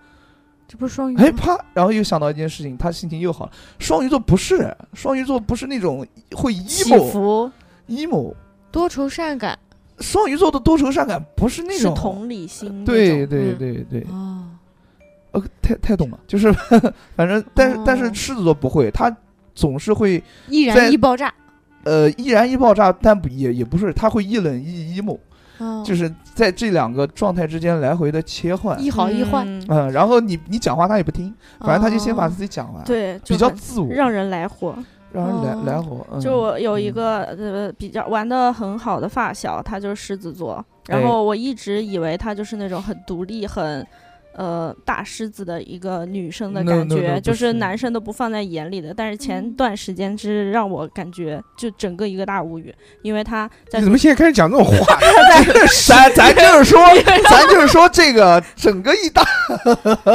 这不是双鱼
哎
吗，
啪，然后又想到一件事情，他心情又好了。双鱼座不是，双鱼座不是那种会
起
emo
伏
emo，
多愁善感
双鱼座的多愁善感不是那
是
种
同理心，
对，对
嗯
对对，
哦，
呃，太太懂了，就是 反正，但是、但是
哦
狮子座不会，他总是会
易
在
燃易爆炸，
呃易燃易爆炸，但不也也不是，他会一冷一 emo，
嗯
哦
就是在这两个状态之间来回的切换。
一好一坏，
嗯哦
嗯，然后你你讲话他也不听，反正他就先把自己
己
讲完，，
对，就
比较
很
自我，
让人来火。
让人来
哦
来火。嗯
就我有一
嗯
个呃比较玩的很好的发小，他就是狮子座，然
哎
后我一直以为她就是那种很独立、很呃大狮子的一个女生的
No,
感
no,
觉
no，
就
不是
是男生都不放在眼里的。但是前
嗯
段时间是让我感觉就整个一个大无语，因为她在
你怎么现在开始讲这种话？
咱咱就是 说，咱就是说这个整个一大，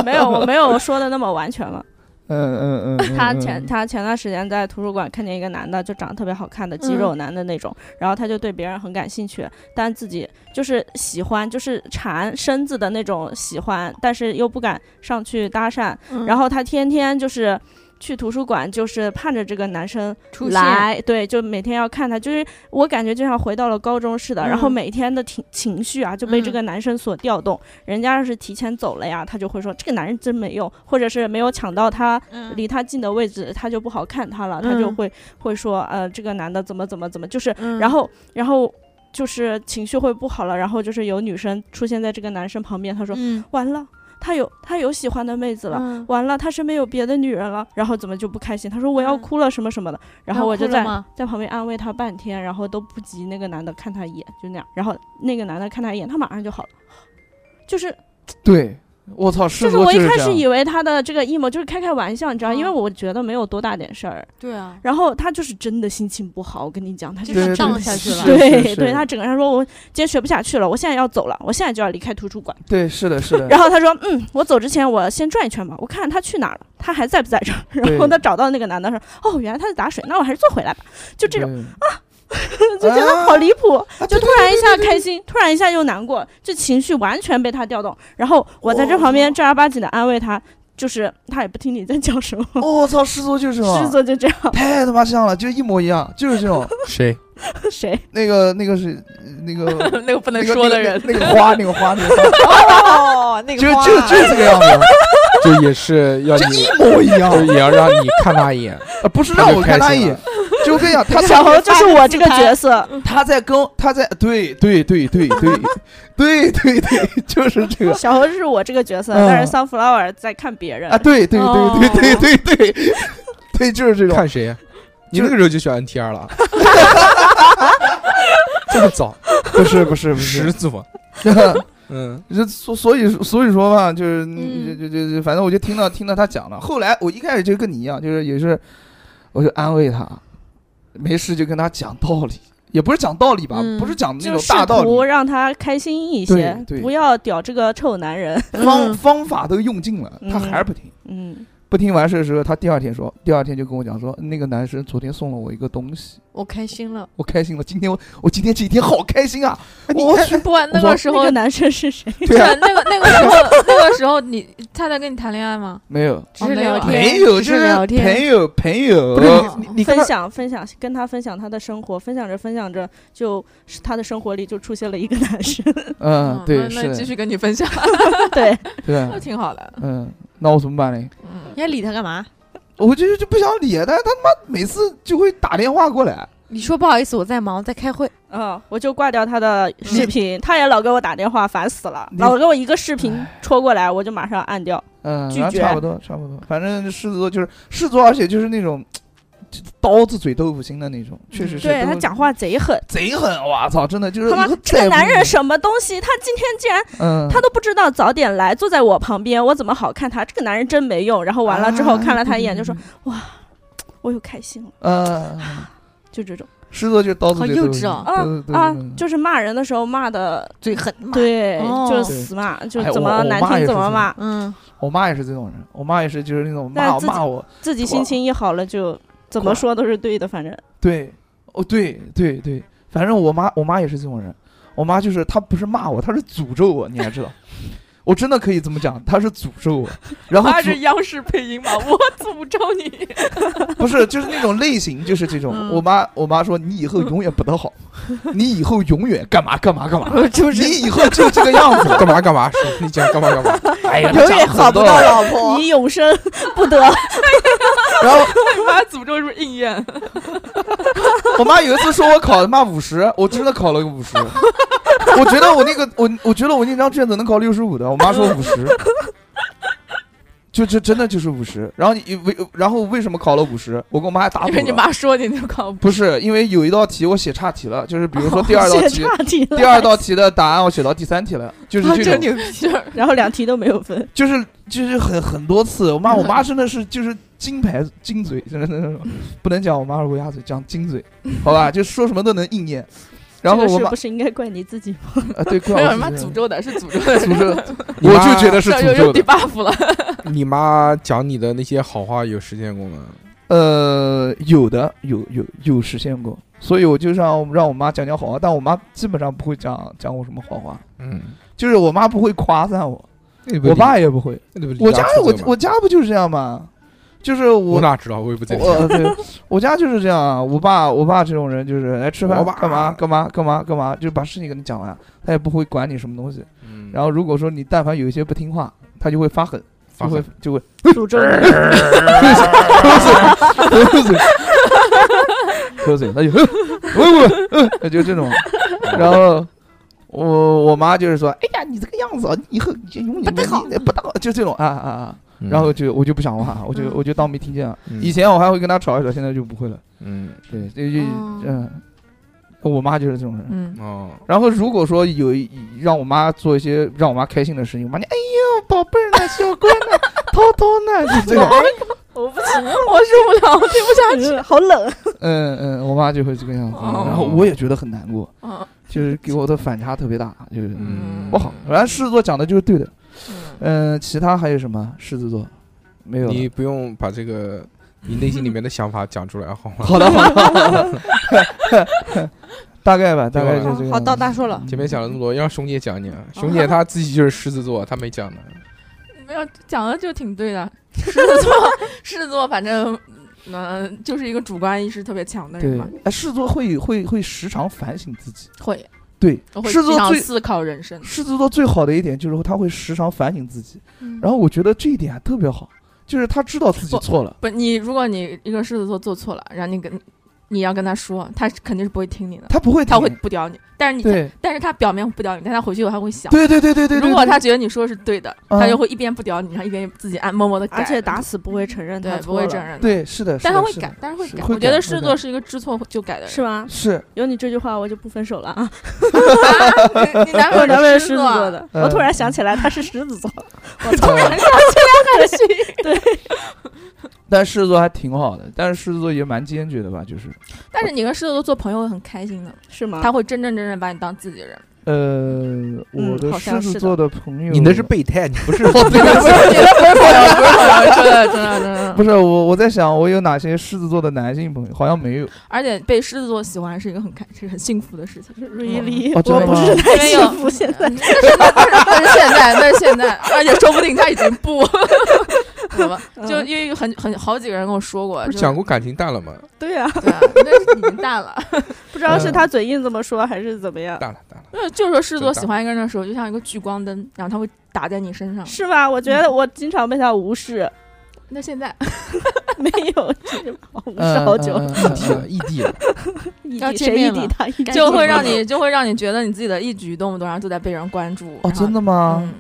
没有我没有说的那么完全了。
嗯嗯嗯，
他
嗯
前
嗯
他前段时间在图书馆看见一个男的，就长得特别好看的肌
嗯
肉男的那种，然后他就对别人很感兴趣，但自己就是喜欢，就是馋身子的那种喜欢，但是又不敢上去搭讪，
嗯
然后他天天就是。去图书馆就是盼着这个男生
出现
来，对，就每天要看他，就是我感觉就像回到了高中似的，然后
嗯
每天的情情绪啊就被
嗯
这个男生所调动。人家要是提前走了呀，他就会说这个男人真没用，或者是没有抢到他
嗯
离他近的位置，他就不好看他了，他就
嗯
会会说，呃，这个男的怎么怎么怎么，就是，
嗯
然后，然后就是情绪会不好了，然后就是有女生出现在这个男生旁边，他说，
嗯
完了，他有他有喜欢的妹子了。
嗯
完了，他身边有别的女人了，然后怎么就不开心？他说我要
嗯
哭了什么什么的，然
然
后
后
我就
哭了
在
吗
在旁边安慰他半天，然后都不及那个男的看他一眼，就那样。然后那个男的看他一眼，他马上就好了，就是
对，我操，
就
狮子
是
座
我一
是
开
这
始
样
以为他的这个 emo 就是开开玩笑，你知道，因为
嗯
我觉得没有多大点事儿。
对啊，
然后他就是真的心情不好，我跟你讲，他就
就是
对
真
荡
的
下去
是
了
是
对
是
对，他整个人说我今天学不下去了，我现在要走了，我现在就要离开图书馆。
对，是的，是的，
然后他说，嗯，我走之前我先转一圈吧，我看看他去哪儿了，他还在不在这儿。 然后
对
他找到那个男的说，哦，原来他在打水，那我还是坐回来吧。就这种，啊
种，
就觉得好离谱，
啊对
就突然一下开心，突然一下又难过，就情绪完全被他调动。然后我在这
我
旁边
操
正儿八经的安慰他，就是他也不听你在讲什么。
哦我操，狮子座就是这
狮子
样，
座就这样，
太他妈像了，就一模一样，就是这 种。
谁？
谁？
那个那个是那个
那个不能
那个
说的
那
人
个，那个花，那个花，那个花，
哦，那个
就
花
就就是这个样子，
就也是要
就
你
一模一样
就，是也要让你看他一 眼，
啊不是让我看他一眼，就我跟你讲，他
小猴哦就是我这个
色。
角色，
他在跟他在对对对对对对对对， 就是这个
小猴就是我这个角色，
嗯
但是 Sunflower 在看别人
啊，。对对对对对对对对，就是这种。
看谁？你
就是
那个时候就选 NTR 了啊，这么早，
不是不是不
十
是，
字嘛？ 嗯，
这所所以所以说吧，就是
嗯
就就就就反正我就听到听到他讲了。后来我一开始就跟你一样，就是也是，我就安慰他，没事就跟他讲道理，也不是讲道理吧，
嗯
不是讲那
就
种
试
大道理
图，让他开心一些
对对，
不要屌这个臭 男人。
方
嗯
方法都用尽了，他还是不听。
嗯，
不听完事的时候，他第二天说，第二天就跟我讲说，那个男生昨天送了我一个东西，
我开心了，哦
我开心了。今天我我今天这一天好开心啊！
你
我
哎
去，
不，那个时
那
候
个男生是谁？
对啊，
那个那个时候那个时候你他在跟你谈恋 爱吗？
没有，
只是聊天，
没有，
只
就是是
聊天。
朋友，
不
朋
哦
是
友，
你你跟
分
他
享分享，跟他分享他的生活，分享着分享着，就是他的生活里就出现了一个男生。
嗯，对，
哦那那
是
继
的，
续跟你 分享，
对，
对
都
啊，
挺好的。
嗯，那我怎么办呢？
嗯，
你还理他干嘛？
我就就不想理他，他他妈每次就会打电话过来，
你说不好意思，我在忙，在开会。
嗯，我就挂掉他的视频，他也老给我打电话，烦死了，
嗯你哎
老给我一个视频戳过来，我就马上按掉。
嗯，
拒
然后
绝
差不多，差不多，反正狮子座就是狮子座，而且就是那种就刀子嘴豆腐心的那种，确实是
嗯对
都
他讲话贼狠，
贼狠，哇操，真的就是
他妈
一
这个
在乎
男人
你
什么东西？他今天竟然
嗯，
他都不知道早点来，坐在我旁边，我怎么好看他？这个男人真没用。然后完了之后
啊
看了他一眼，就说
对对对
我又开心了，
呃，
就这种
狮子座就是刀子
好
嘴
幼
豆腐
稚
心
哦
对
啊
对对
啊
对对，
就是骂人的时候骂的，
最狠嘛，
对
哦，
就是死骂，就
哎
怎
我
么
我
难
妈也是
听怎么
这
骂，
嗯，
我妈也是这种人，我妈也是就是那种
但
骂我
自己
骂我，
自己心情一好了就怎么说都是对的，反正
对，哦对对对，反正我妈我妈也是这种人，我妈就是她不是骂我，她是诅咒我，你还知道。 我真的可以这么讲，她是诅咒我，然后
他
诅
是央视配音 嘛？我诅咒你！
不是就是那种类型，就是这种。
嗯
我妈我妈说你以后永远不得好，你以后永远干嘛干嘛干嘛，
就是
你以后就这个样子。
干嘛干嘛，是你讲干嘛干嘛，
哎呀，
永远好不到老 婆。
你永生不得。
然后
你把他诅咒是不是应
啊
验？
我妈有一次说我考他妈五十，我真的考了个五十。我觉得我那个我我觉得我那张卷子能考六十五的，我妈说五十，就这真的就是五十。然后你为然后为什么考了五十？我跟我妈还打
因为
赌
你
了。
妈说你就 搞不
不是因为有一道题我写差题了，就是比如说第二道题
写，差题了
第二道题的答案我写到第三题了，就是这
真
种，
牛逼！
然后两题都没有分，
就是就是很很多次。 我妈我妈真的是就是金牌金嘴，真的那种不能讲我妈是乌鸦嘴，讲金嘴，好吧，就说什么都能应验。然后
这
我
个事
妈
不是应该怪你自己吗？
啊，对，
没
怪
有
我
什么
自己
诅咒的，是诅咒的，
诅咒，
你
我
妈
就觉得是
有
诅
有
咒的。
debuff 了，
你妈讲你的那些好话有实现过吗？
呃，有的，有有有实现过，所以我就让让我妈讲讲好话，但我妈基本上不会讲讲我什么好话，
嗯，
就是我妈不会夸赞我，
那不
我
离
爸，也不会。
那不离
我家
出
我
走吗
我家不就是这样吗？就是
我
我
哪知道，我也不在
我
家。
呃对，我家就是这样啊。我爸我爸这种人就是来吃饭
我爸
干嘛干嘛干嘛干嘛，就把事情给你讲完，啊他也不会管你什么东西。
嗯
然后如果说你但凡有一些不听话，他就会发狠，
发
就会
狠
就会
诅 咒 你，
喝水，喝水，他 就 呃呃呃就这种。
嗯
然后我我妈就是说，哎呀，你这个样子啊，你以后你就永远不好，你不大好，就这种啊啊啊。然后就我就不讲话，我就我就当没听见。
嗯
以前我还会跟他吵一吵，现在就不会了。
嗯
对，就就
哦
嗯，我妈就是这种人。
嗯，
哦，
然后如果说有一让我妈做一些让我妈开心的事情，我妈就哎呦宝贝儿呢，小乖 呢，涛涛呢，就这种。
我不行，
我受不了，我听不下去。
好冷。
嗯嗯，我妈就会这个样子，
哦
然后我也觉得很难过，
嗯
就是给我的反差特别大，就是
嗯，
不好。然后狮子座讲的就是对的，
嗯
嗯，其他还有什么？狮子座没有了。
你不用把这个你内心里面的想法讲出来好吗？
好的，好的好 的，大概吧，大概
对吧
就这个。
好，到大硕了。
前面讲了那么多，让熊姐讲讲。熊姐她自己就是狮子座，她没讲
哎
的。
没有讲的就挺对 的。狮子座，狮子座，反正嗯、呃就是一个主观意识特别强的人
对
嘛，，
哎，狮子座会会会时常反省自己。
会
对，
哦
会
狮子
经
座
常
最
思考人生。
狮子座最好的一点就是他会时常反省自己，
嗯
然后我觉得这一点还特别好，就是他知道自己错了。
不，你如果你一个狮子座做错了，然后你跟你要跟他说，他肯定是不会听你的，
他不会听，
他会不屌你。但是你，
对
但是他表面不屌你，但他回去以后他会想。
对对对对对。
如果他觉得你说的是对的，
嗯
他就会一边不屌你，然后一边自己暗默默的改，
而且打死不会承认他
对不
错
会
了
承认的。
对是的，
但
是的
他会
是的
改，但是会
是
改。
会
我觉得
改
狮
会
子
改
座是一个知错就改的人。
是吗？
是
有你这句话，我就不分手了啊！
啊你你男朋
我男朋友
友
是
狮
狮子
啊
座，的，
嗯
我突然想起来他是狮子座，我操！
嗯
但是
但狮子座还挺好的，但是狮子座也蛮坚决的吧，就是
但是你跟狮子座做朋友会很开心的，
是吗？
他会真真正正把你当自己人。
呃，
嗯
我的
好
狮
像
子
是
座的朋友，
你那是备胎，你不 是
真的不是真的不是朋友，不是朋友，真的真的真的。
不是我我在想我有哪些狮子座的男性朋友，好像没有
而且被狮子座喜欢是一个很开是很幸福的事情。
really，、
哦真的
我不
吗
是太
没有
幸福，现在
那是那那是那是现在，那是现在，而且说不定他已经 不，懂吗？就因为很很好几个人跟我说过，
不
就是
讲过感情淡 了吗？
对啊，
对啊，那是已经淡了。
不知道
嗯
是他嘴硬这么说还是怎么样，
淡了淡了。
那就是说狮子
真
座
淡
喜欢一个人的时候，就像一个聚光灯，然后他会打在你身上。
是吧？我觉得我经常被他无视，
那现在
没有，就是 把我无视好久，
嗯嗯嗯
异地
嗯嗯
了，异地了。
异
要
地
见
谁异
面
地
了
他异地，
就会让你就会让你觉得你自己的一举一动不动，然后都在被人关注。
哦，真
的
的吗？
嗯，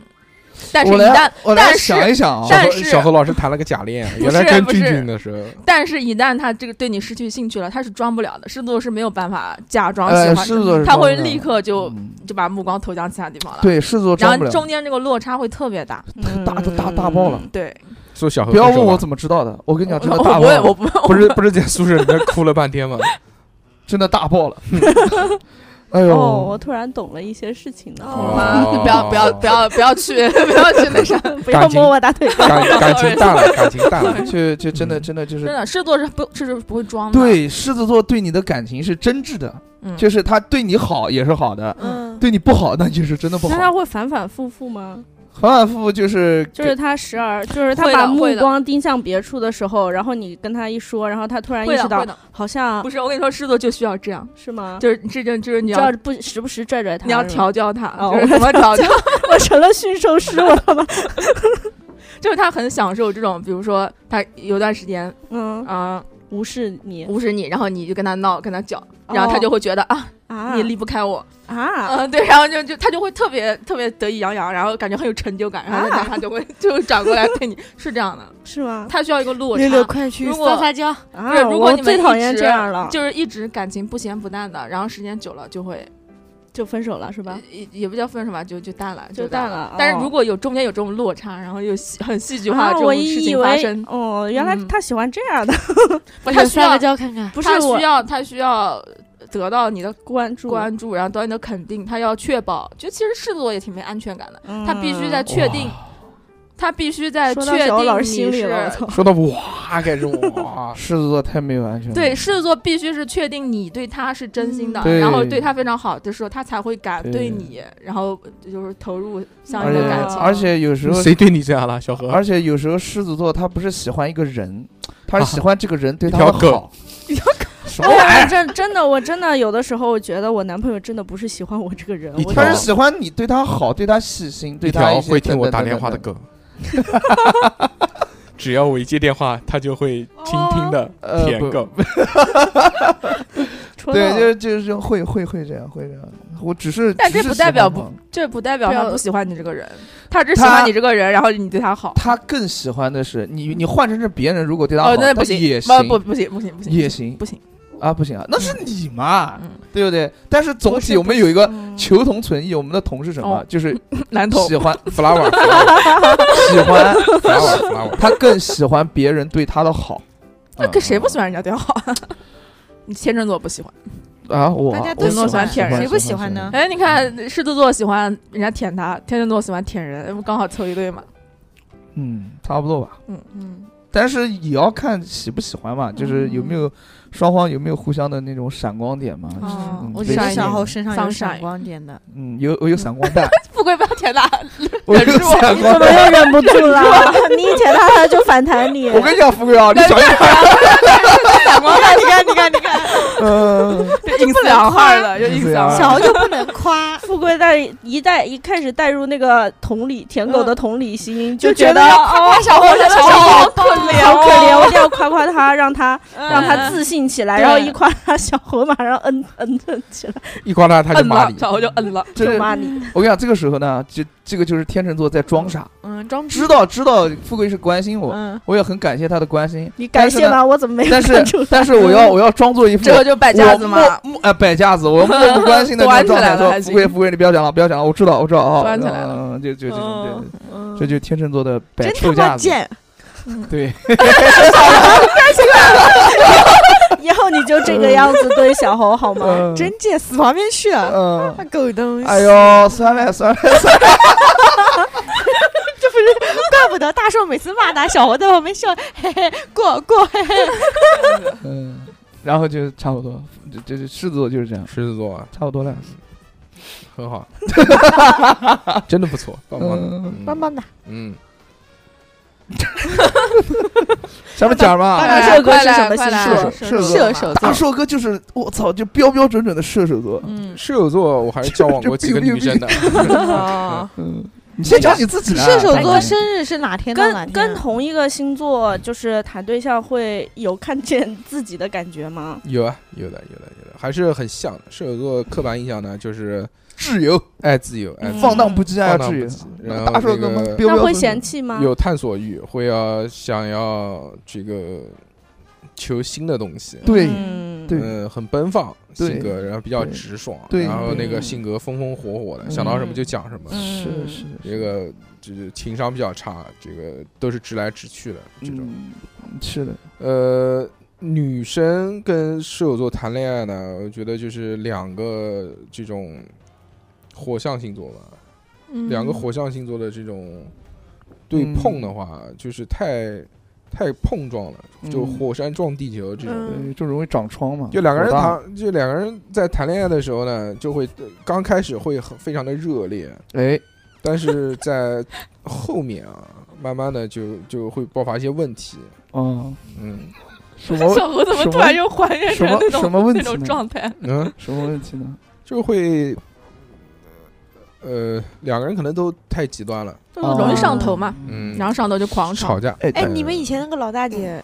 但是
我
一旦
来我来
但是
想一想啊，
小何
但是
小何老师谈了个假恋，原来
不是
跟
不
俊
是
俊的时候，
但是一旦他这个对你失去兴趣了，他是装不了的。狮子座是没有办法假装喜
呃，
欢
狮
的，
子座是
他
装
会
不了
立刻就、
嗯
就把目光投向其他地方了。
对狮子座
然
装不
后
了。
中间这个落差会特别大，
嗯
大大大大爆 了，
对。
说小何
不要
分手
问我
吧
怎么知道的，我跟你 讲，真的
我
大
我也
爆
我
了，
不我
不是不是在宿舍里面哭了半天吗？
真的大 爆了。哎呦，
哦，我突然懂了一些事情了，
好吗？不要不要不要不 要去不要去那啥，
不要摸我大腿根，
感 感情淡了，感情淡了。
就就真的
嗯
真的就
真
是。
的狮子座是不是不会装的，，
对狮子座对你的感情是真挚的，
嗯、
就是他对你好也是好的，
嗯。
对你不好那就是真的不好
那。他会反反复复吗？
反反复复就是，
就是他时而，就是他
会的
把目
会的
光盯向别处的时候，然后你跟他一说，然后他突然
会
意
的
识到
会，的，
好像
不是我跟你说，狮子座就需要这样，
是吗？
就是这就就是你
就
要
要不时不时拽拽他，
你要
是吗。
调教他，
哦
就是怎么调教，
我成了驯兽师，我他妈，
就是他很享受这种，比如说他有段时间
嗯，
啊、
无视你
无视你，然后你就跟他闹，跟他叫，然后他
哦
就会觉得啊，
啊，
你离不开我，嗯、
啊，
对，然后就就他就会特别特别得意洋洋，然后感觉很有成就感，然后他
啊
他就会就转过来对你，是这样的，
是吗？
他需要一个落
六六，
差。
快去
如果
撒撒娇。
不
啊
是，如果
我
你们
最
一
讨厌
直
这样了，
就是一直感情不咸不淡的，然后时间久了就会，
就分手了是吧？
也也不叫分手吧，就就淡了，
就
淡
淡了
但是
哦
如果有中间有这种落差，然后有戏很戏剧化的
啊，
这
我
种事
以
情发
为
生，
哦，原来
嗯
他喜欢这样的，
不他需
撒
要
个娇看看。
不是
他
我
需要他需要得到你的
关注
关注，然后得到你的肯定，他要确保，就其实狮子座也挺没安全感的，他必须在确定，他必须在
嗯说到
确
小
定
老师
你
心里
是
了，我操！
说到哇，开始哇
狮子座太没有安全感。
对，狮子座必须是确定你对他是真心的，
嗯对
然后对他非常好的时候，他才会敢
对
对你，然后就是投入相
而
应
且
的感情。
而且有时候，
谁对你这样了，小何？
而且有时候狮子座他不是喜欢一 个人，他是喜欢这个人对
一
他
条
的
狗
好。什么玩意儿？
哎， 我真真的，我真的有的时候，我觉得我男朋友真的不是喜欢我这个人，
一
我
条
他是喜欢你对他好，对他细心，对
一
他
条
一些
会听
等
我
等
打
等
电话的
等等。
狗。 只要我一接电话，它就会倾听的
呃
舔
不
狗。
戳
对，
到
就是就是会会会这样会这样。我只是，
但
只
这
是
不
喜
代
欢
表
他
不这不代表
不
他
要
不喜欢你这个人，他只喜
他
欢你这个人，然后你对他好。
他更喜欢的是你，你换成是别人，如果对他好，
哦，那不
他
行，
也
不
行，
不不行不行不行，
也行
不行。
啊，不行啊，那是你嘛，
嗯
对不对？但是总
不
体
是
我
不
们有一个
嗯
求同存异，我们的同是什么？
哦
就是
男同
喜欢
flower
喜欢，
flower flower，
他更喜欢别人对他的好。
那
嗯
跟谁不喜欢人家对他好？ 你天秤座不喜欢，
啊？我
大家
我
都喜
喜
欢
喜
舔人，谁不喜
欢
欢呢？？
哎，你看
嗯
狮子座喜欢人家舔他，天秤座喜欢舔人，不刚好凑一对嘛？
嗯，差不多吧。
嗯嗯，
但是也要看喜不喜欢
嗯
嘛，就是有没有双方有没有互相的那种闪光点嘛。
哦
嗯
我
对
觉得
闪
小
闪
侯身上有
闪
闪
闪
光点的，
嗯，有我有闪光 弹，
富贵不要舔他，
我有
忍住
闪
啊你
光
怎么
弹。
又忍不住了？ 你一舔他，他就反弹你。，
我跟你讲，富贵啊，你小心，
闪光你看你看你看，
嗯，
就不良害了，就
就
印
这
象
样
小侯就不能夸
富贵带一带一开始带入那个同理舔狗的同理心，
就
嗯觉
觉
得
得
啊
哦，
小红的小红好可怜，
好可怜，我一定要夸夸他，让他让
让
他自信起来。然后一夸他，小猴马上嗯嗯嗯起来，
一夸他他就
摁
骂
了，
你。
小红就摁了，
这
就是骂你。
我跟你讲，这个时候呢，就这个就是天秤座在装傻，
嗯，装逼
知，道知道富贵是关心我，
嗯，
我也很感谢他的关心，
你感谢吗？我怎么没有
但
看
是
出来？
但是我要我要装作一副
这个就摆架子嘛
我。默默呃摆架子，我漠不关心的那种状态，
端起来了
说
还
富
行
贵富贵，你不要讲了，不要讲了，我知道我知道哦，
端起来了
嗯，就就这种，对
嗯
这就是天秤座的摆
真
臭
他
架
妈
子，
贱，
对，
以后你就这个样子对小猴好吗？
嗯
真贱，死旁边去了，
嗯，
那狗东西，
哎，呦，酸了酸了酸了，
怪不得大寿每次骂他，小侯在旁边笑，嘿嘿，过过，嘿嘿，
嗯，然后就差不多，这这这狮子座就是这样，
狮子座啊
差不多了，
很 好，真的不错，棒棒的
嗯，
棒棒的，
嗯，
咱们讲什么啊？
大寿哥是什么星
座射手
射手
大
座，
硕哥就是我操，就标标准准的射手座。
嗯，
射手座我还是交往过几个女生的，
哦
嗯，你先讲你自己啦。
射手座
哎
生日是哪天到哪
跟
天？啊
跟同一个星座，就是谈对象会有看见自己的感觉吗？
有啊，有的，有的，有的，还是很像的。射手座刻板印象呢，就是
挚友，
爱自由，爱自由
放荡不羁啊，
放
要
荡不
挚友
羁。然后
大硕
这
哥吗？
个
标
那
标
会
准
嫌
准。
弃吗？
有探索欲，会要想要这个求新的东西，
对
嗯
对
嗯，很奔放
对
性格，然后比较
对
直爽，
对嗯
然后那
对
个性格风风火火的，想到什么就讲什么，
嗯
是的是的，
这个就是情商比较差，这个都是直来直去的这种。
嗯，是的，
呃，女生跟射手座谈恋爱呢，我觉得就是两个这种火象星座吧，
嗯
两个火象星座的这种对碰的话，就是太太碰撞了，就
嗯
火山撞地球这种。
嗯
对，就容易长疮嘛。
就两个人
火大，
谈，就两个人在谈恋爱的时候呢，就会呃刚开始会很非常的热烈，
哎，
但是在后面啊，慢慢的就就会爆发一些问题。
嗯，
嗯
什 么
小猴怎么突然又还原成那种那种状态？
嗯，
什么问题呢？
就会呃两个人可能都太极端了，
容易上头嘛，
嗯，
然后上头就狂
吵
吵。
架。
哎
哎，你们以前那个老大姐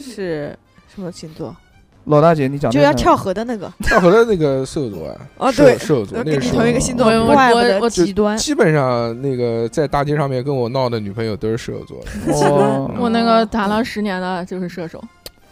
是什么星座？
老大姐，你讲
就
那
要
个
跳河的那个。
大河的那个射手座啊，
哦
射
对
射手座那
跟
个
你
时
同一
候
个星座，
我
怪不得
我
极端。
基本上那个在大街上面跟我闹的女朋友都是射手座的，
哦，
我那个谈了十年的就是射手，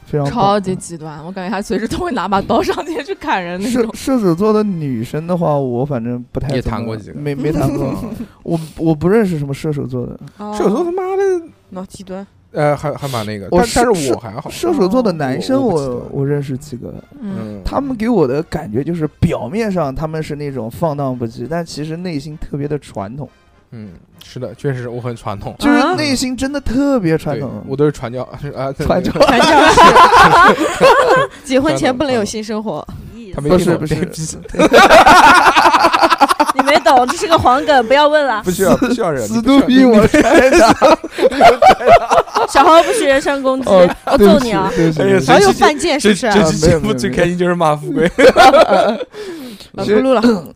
非常
超级极端，我感觉他随时都会拿把刀上街去砍人那
射
种。
射手座的女生的话，我反正不太
也
怎么
谈过几个
没没谈过。
嗯
我我不认识什么射手座的，
射手他妈的
脑极端，
呃，还还蛮那个，
我
但但
射
是我还好，哦
射手座的男生
我我
我，
不
我
记得
认识几个，
嗯，
嗯，
他们给我的感觉就是表面上他们是那种放荡不羁，但其实内心特别的传统，
嗯，是的，确实我很传统，
啊
就是内心真的特别传
对
统。
我都是传教啊，对
传教
对
传教士，结婚前
传统
不能有
传统
新生活。
意
他
思
没听
不是
懂
不是
别逼死
你没懂，这是个黄梗，不要问了。
不需要不需要人，
死
你不需
都
要
比我
你
传达，
小猴不许人身攻击，
哦
我
对
揍
不起
你啊！
对不起
哎
对
呀
不起
谁
好有
这期
犯贱是
这
不是？
这期
啊没
节
有没
目
有
最开心就是骂富贵
呃不录了，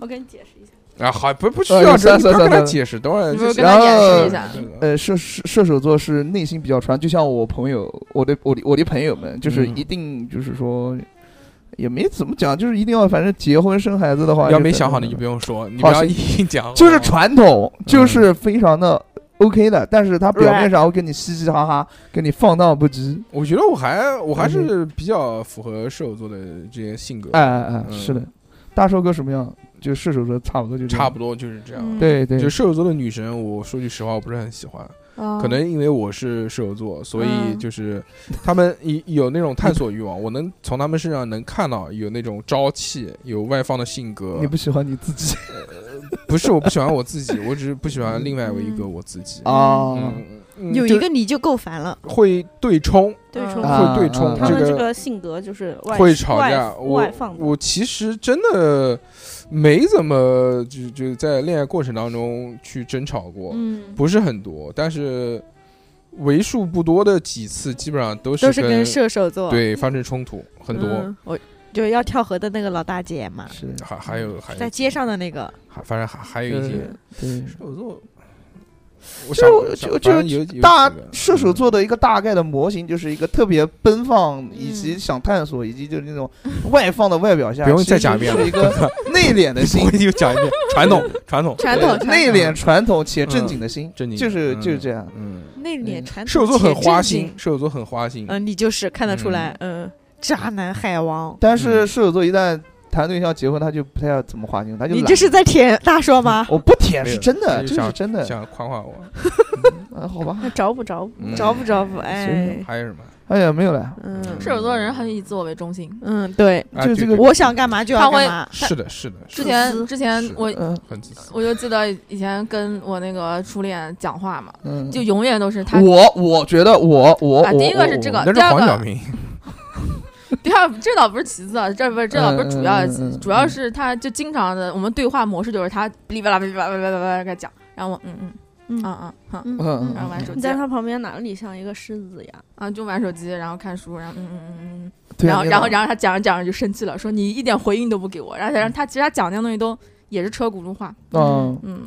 我给你解释一下，
啊，好，不不需
呃
要这，
算
你不要
算
跟他
算
解释，等会儿
你不
就是是
跟他
然
演
后
示一下？
呃，射射射手座是内心比较传，就像我朋友，我的我的我的朋友们，就是
嗯
一定就是说，也没怎么讲，就是一定要，反正结婚生孩子的话，
要
就
没
等
想好
等
你就
等
不用说，你不
好
要
行
硬讲，哦
就是传统，就是非常的 OK 的，但是他表面上会跟你嘻嘻哈哈，跟你放荡不羁，
我觉得我还我还
嗯
是比较符合射手座的这些性格，
哎哎哎，
嗯
是的，大寿哥什么样？就射手座差不多就
差不
多，
多就是这样。
嗯
对对
就，射手座的女神，我说句实话，我不是很喜欢，可
可
能因为我是射手座，所以
哦嗯
就是他们有有那种探索欲望，我能从他们身上能看到有那种朝气，有外放的性格
你。不喜欢你自己
不是我不喜欢我自己，我只是不喜欢另外一
嗯
个我自己。
啊？
嗯，嗯
有
就
一个你就够烦了。
会对冲，
对
嗯
冲
啊
会对冲，
他们
这
这
个
个性格就是外
会吵架。
外
我
外放的
我其实真的没怎么就就在恋爱过程当中去争吵过，
嗯，
不是很多，但是为数不多的几次，基本上都
都
是
是跟射手座
对发生冲突，很多。
嗯我就是要跳河的那个老大姐嘛，
是，
还还有还有
在街上的那个，
还反正还还有一些
对对。
射手座，我
就
想想反
就
正
就
有有
大
几个嗯
射手座的一个大概的模型，就是一个特别奔放，以及
嗯
想探索，以及就是那种外放的外表下，
不用
其
再
实
讲一遍了
是一个 内敛的心
嗯我，已经讲一遍传统传统
传统传
内
统
敛传统且正经的心，
正经
就是就是这
样。
样。
嗯，
那脸传统
射手座很
且
花
正
心
经，
射手座很花心。
嗯，你就是看得出来，嗯，渣男海王，
但
嗯
是射手座一旦谈对象、结婚，他就不太要怎么花心，他就
你
懒
这是在舔大硕吗？
我不舔
没有
是真的，
就
这
想
是真的。
想夸夸我，
啊， 好吧，
找补找补，
嗯
着不着不？
行
哎，
还有什么？
哎呀，没有了。
嗯
射手座人很以自我为中心。
嗯，对，
啊
就
对
这个
对
我想干嘛就要
他会
干嘛。
是的，是的，是
之
的
前之前
是
我
嗯
很自私。
我就记得以前跟我那个初恋讲话嘛，
嗯，
就永远都是他。
我我觉得我我
啊
我
第一个是
我
这
我
那
个第
是
二
黄
个
晓明，
第二， 这倒不是其次啊，这不是这倒不是主要的，
嗯嗯嗯嗯
主要是他就经常的，我们对话模式就是他哔哩吧啦哔哩吧啦哔哩吧啦哔哩吧啦讲，然后我嗯嗯嗯
嗯
嗯嗯，
嗯
嗯
然后玩手机
你在，他旁边哪里像一个狮子呀？
啊就玩手机，然后看书，然后嗯嗯嗯嗯嗯，
对
然
啊嗯
后
你
然后
老
然后他讲着讲着就生气了，说你一点回应都不给我，然后然后他其实他讲那个东西都也是车轱辘话，
嗯，
嗯，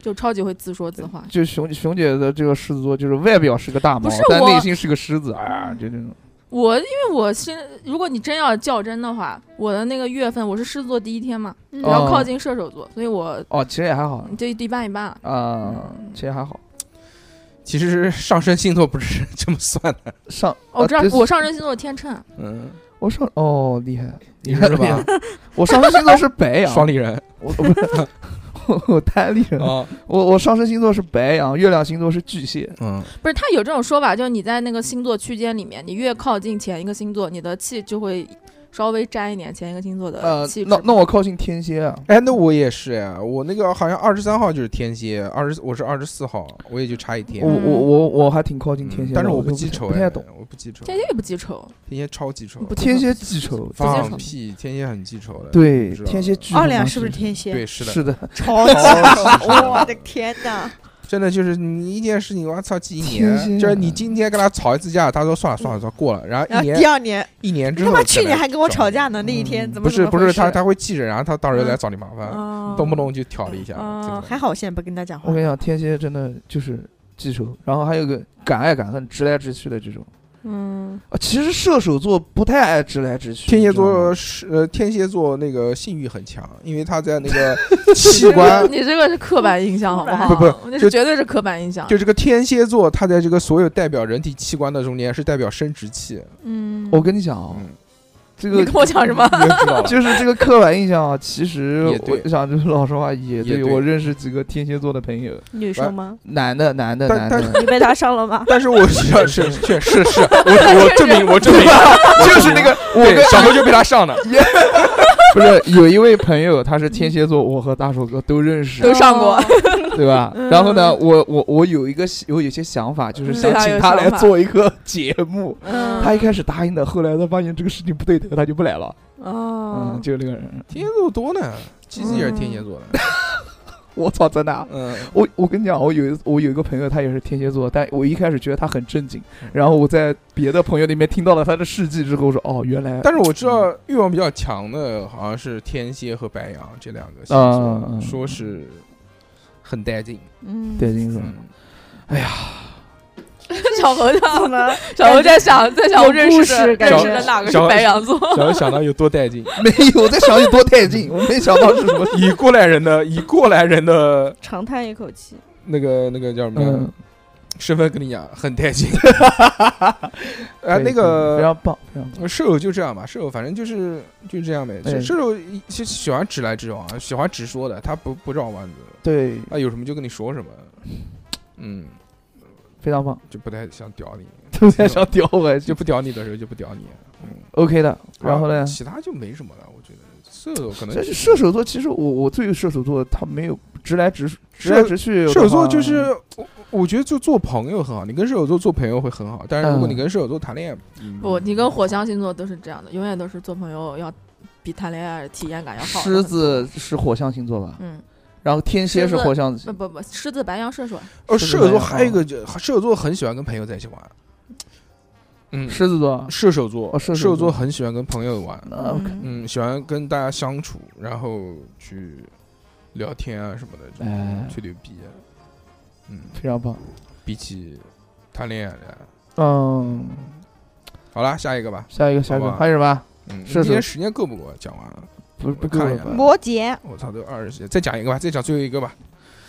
就超级会自说自话，
就熊熊姐的这个狮子座，就是外表是个大猫
不是，
但
我
内心是个狮子啊，就这种。
我因为我是，如果你真要较真的话，我的那个月份我是狮子座第一天嘛，
嗯
比较
哦
靠近射手座，所以我嗯
哦，其实也还好
就一半一半了。
啊，其实还好。
其实上升星座不是 这么算的。
上
哦我知道
啊对
我上升星座天秤，
嗯，
我上哦厉害，
你是吧？
我上升星座是白羊，
双立人
我我不是 我我单立人，
啊，
我我上升星座是白羊，月亮星座是巨蟹。
嗯，
不是他有这种说法，就是你在那个星座区间里面，你越靠近前一个星座，你的气就会稍微沾一点前一个星座
呃
的气，质。
那那我靠近天蝎啊，
哎，那我也是哎，我那个好像二十三号就是天蝎，二十我是二十四号，我也就差一天
我。我我哦我还挺靠近
嗯
天蝎的，
但是
我
我不
就
记
太
仇，哎
不太懂。，
我不记仇。
天蝎也不记仇，
天蝎超记仇，
不
天蝎记仇，
不记
放
仇
屁！天蝎很记仇的。
对
不知道
天蝎巨
奥利亚
他妈
是不是
记
天蝎？
对， 是的，
是的，
超级， 我的天哪！
真的就是你一件事情，我操，记一
天蝎
年。就是你今天跟他吵一次架，他说算了算了算了，过了。然后
然
一
后第
年
二年，
一年
嗯你
之
他
后，
妈去年还跟我吵架呢，那一
嗯
天怎么
不是不是他，
他
他会记着，然后他到时候来找你麻烦，动不
动
动就挑了一下。真的
嗯哦还好我现在不跟他讲话
我跟。你讲，天蝎真的就是记仇，然后还有个敢爱敢恨、直来直去的这种。
嗯，
啊，其实射手座不太爱直来直去。
天蝎
你知道吗
座是呃，天蝎座那个性欲很强，因为他在那个 器官，
你这个是刻板印象，好不好？
不不
那
就是
绝对是刻板印象。
就这个天蝎座，他在这个所有代表人体器官的中间是代表生殖器。
嗯
我跟你讲啊
嗯，
这
你
个
跟我讲什 么？
你也知道了，
就是这个刻板印象啊，其实
也对
我想就是老实话也
也
对
对
我认识几个天蝎座的朋友，
女生吗？
男的男的
但
男
但
的，
你被他伤了吗？
但是我是是确是是， 我我证明我 证明，
就是那个我
对
跟
小何就被他上了，
不是有一位朋友他是天蝎座，我和大手哥都认识，
都上过
哦，
对吧？
嗯
然后呢，我我我有一个我有些想法，就是想
嗯对他
请
有
他来
想法
做一个节目。
嗯
他一开始答应的，后来他发现这个事情不对头，他就不来了。
哦
嗯，，就那个人，
天蝎座多呢，鸡鸡也是天蝎座的，
我操，真的啊。
嗯，
我我跟你讲，我有一我有一个朋友，他也是天蝎座，但我一开始觉得他很正经
嗯，
然后我在别的朋友那边听到了他的事迹之后，我说哦，原来
但是我知道欲望比较强的，好像是天蝎和白羊这两个星
嗯
座
嗯，
说是很带劲。
嗯，
对，金总，
嗯，
小猴
怎
呢？
么？
小猴在想，在想
有
认
故
识
事
的
感
认
觉
识的哪个是
小
白羊座？
想嗯 想到有多带劲，
没有，我在想有多带劲，我没想到是什么。
以过来人的以过来人的
长叹一口气，
那个那个叫什么、
嗯，
身份跟你讲，很带 劲。啊，
对
那
非
个
常棒，非常棒。
射手就这样吧，射手反正就是就这样呗。
哎
射射手就喜欢直来直往，啊喜欢直说的，他不不绕弯子，
对，
啊有什么就跟你说什么，嗯，
非常棒，
就不太想屌 你，
突然想屌 我，
就
就
不屌你的时候就不屌你。
OK 的。 然后
啊
呢，
其他就没什么了，我觉得射手可能
这是射手座，其实我我对射手座他没有直来直直来直去的话，
射手座就是我，我觉得就做朋友很好，你跟射手座做朋友会很好，但是如果
嗯
你跟射手座谈恋爱，嗯
不，你跟火象星座都是这样的，永远都是做朋友要比谈恋爱体验感要好。
狮，子是火象星座吧，
嗯，
然后天蝎是
狮子
火象，
不不不，狮子、白羊、射手，
哦，
狮
射
子
手座
座也
还有一
好
个就射手座很喜欢跟朋友在一起 玩，嗯，
狮子座，
射手座，
哦
射
射手
手座
座
很喜欢跟朋友玩，
那 OK
嗯，喜欢跟大家相处，然后去聊天啊什么的，这种
哎
吹牛逼啊，嗯，
非常棒。
比起谈恋爱来，
嗯，
好啦，下一个吧，
下一个，下一个
好吧
还有什么？
嗯，
射
今
手
天时间够不够啊？讲完了，
不不
我
够
看一
了
下
吧？
摩羯、
我操，都二十，再讲一个吧，再讲最后一个吧。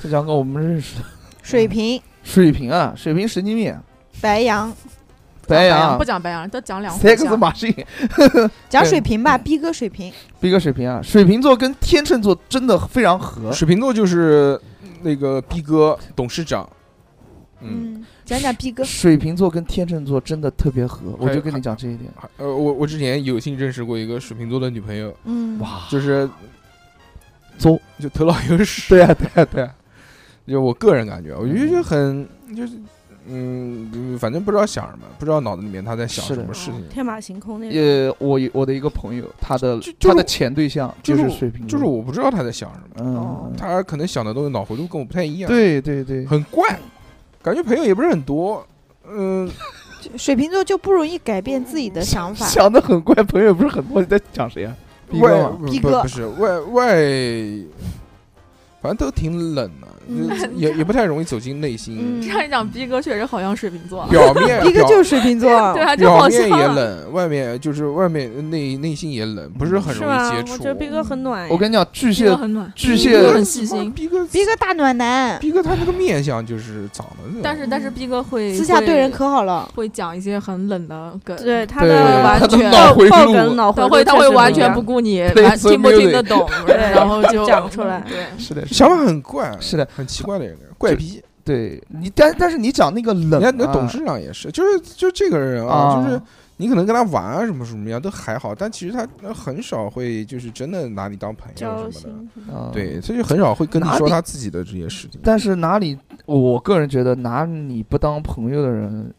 这两个我们认识的。
水瓶、
水瓶啊，水瓶神经病，
白羊，
白羊
啊
啊
不，讲白羊，都讲两火
sex
象。
马逊，
讲水瓶
嗯
吧，逼哥水瓶，
逼哥水瓶啊，水瓶座跟天秤座真的非常合。
水瓶座就是那个逼哥董事长，嗯，
嗯，讲讲 逼哥，
水瓶座跟天秤座真的特别合，我
还
就跟你讲这一点。
还呃，我我之前有幸认识过一个水瓶座的女朋友，
嗯，
哇，
就是
走，
就头脑有屎，
对啊，对啊，对啊，嗯
就我个人感觉，我觉得就很就是嗯，反正不知道想什么，不知道脑子里面他在想
是
什
的
么事情，
天马行空那种。
呃，我有我的一个朋友，他的
就就是
他的前对象
就是我
水瓶
就
座，
是我不知道他在想什么，
嗯
哦，
他可能想的东西脑回路跟我不太一样，，
对对对，
很怪，感觉朋友也不是很多，嗯，
水瓶座就不容易改变自己的想法，
想的很怪，朋友不是很多，你在讲谁啊？逼
外
哥嘛，
不
逼
不
哥
不是外外，反正都挺冷的，就是也也不太容易走进内心。
这样一嗯讲，逼哥确实好像水瓶 座，
表面
逼哥
表
就是水瓶 座，
对啊，这
表
好
面
像
也
啊。
冷，外面就是外面内内心也冷，不是很
是
容易
吧
接？
我
触
觉。得逼哥很暖。
我跟你讲，巨
逼哥
蟹
很暖，
巨
逼哥
蟹
很细心
逼哥
逼哥大暖男，
逼哥他那个面相就是长得这种，
但是但是逼哥会
私下对人
会
可好了，
会讲一些很冷的梗，
对他
对
的
他的
脑回
爆
路
梗脑回
他
路
会他
确
会
实
完
一样
全不顾你，
对
完
所以
听不
没有
听
得
得 懂，
对
然后就
讲出 来
对，
是的，
想法很怪，
是的，
很奇怪的人，怪逼。
对你，但但是你讲那个冷
人
啊，
家那董事长也是，就是就这个人啊，
啊
就是你可能跟他玩啊什么什么样都还好，但其实他呃很少会就是真的拿你当朋
交
友什么的。
心，
啊，
对，他就很少会跟你
拿
说
你
他自己的这些事情。
但是哪里，我个人觉得拿你不当朋友的人，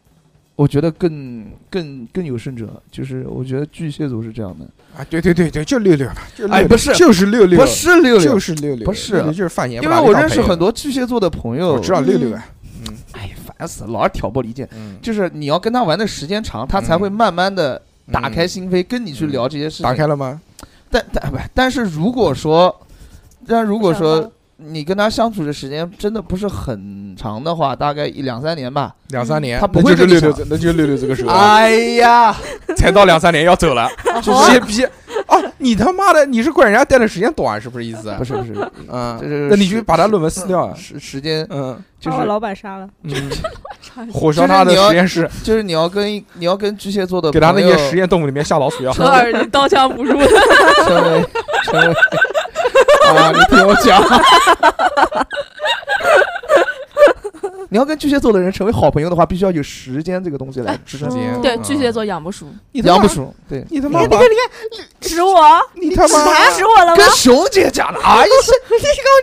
我觉得更更更有甚者，就是我觉得巨蟹座是这样的，
啊，对对对对，就六六吧，就六
哎
六
不是
就是六六，
不是六六
就，是六六，
不是
六六就是范爷，
因为我认识很，多巨蟹座的朋友，
我知道六六啊，
哎，烦死了，老是挑拨离间。
嗯，
就是你要跟他玩的时间长，他才会
嗯
慢慢的
嗯
打开，心扉，跟你去聊这些事情。
打开了吗？
但但不，但是如果说，但如果
不想
说
吧
你跟他相处的时间真的不是很长的话，大概一两三年吧。
两三年，
他不
那
会
就是
跟你
六六，那就是六六这个时候，
哎呀，
才到两三年要走了，
啊
就歇逼，哦，你他妈的，你是怪人家待的时间短，是不是意 思？
不是不是，
嗯
这是，
那你去把他论文撕掉 啊！
时时间
嗯，
就
把我
是
老板杀了，
嗯火烧他的
就是你要
实验室，
就是你要跟你要跟巨蟹座的
给他那
朋
些
友
实验动物里面下老鼠药。
扯耳你刀枪不入的，
成为成为啊，你听我讲，你要跟巨蟹座的人成为好朋友的话，必须要有时间这个东西来支撑。
间
对，巨蟹，座养不熟，
你他
杨
妈
不，熟，对，
你他
你
妈
看
把，
指我，
你他妈
指我了吗？
跟熊姐讲的，哎呀，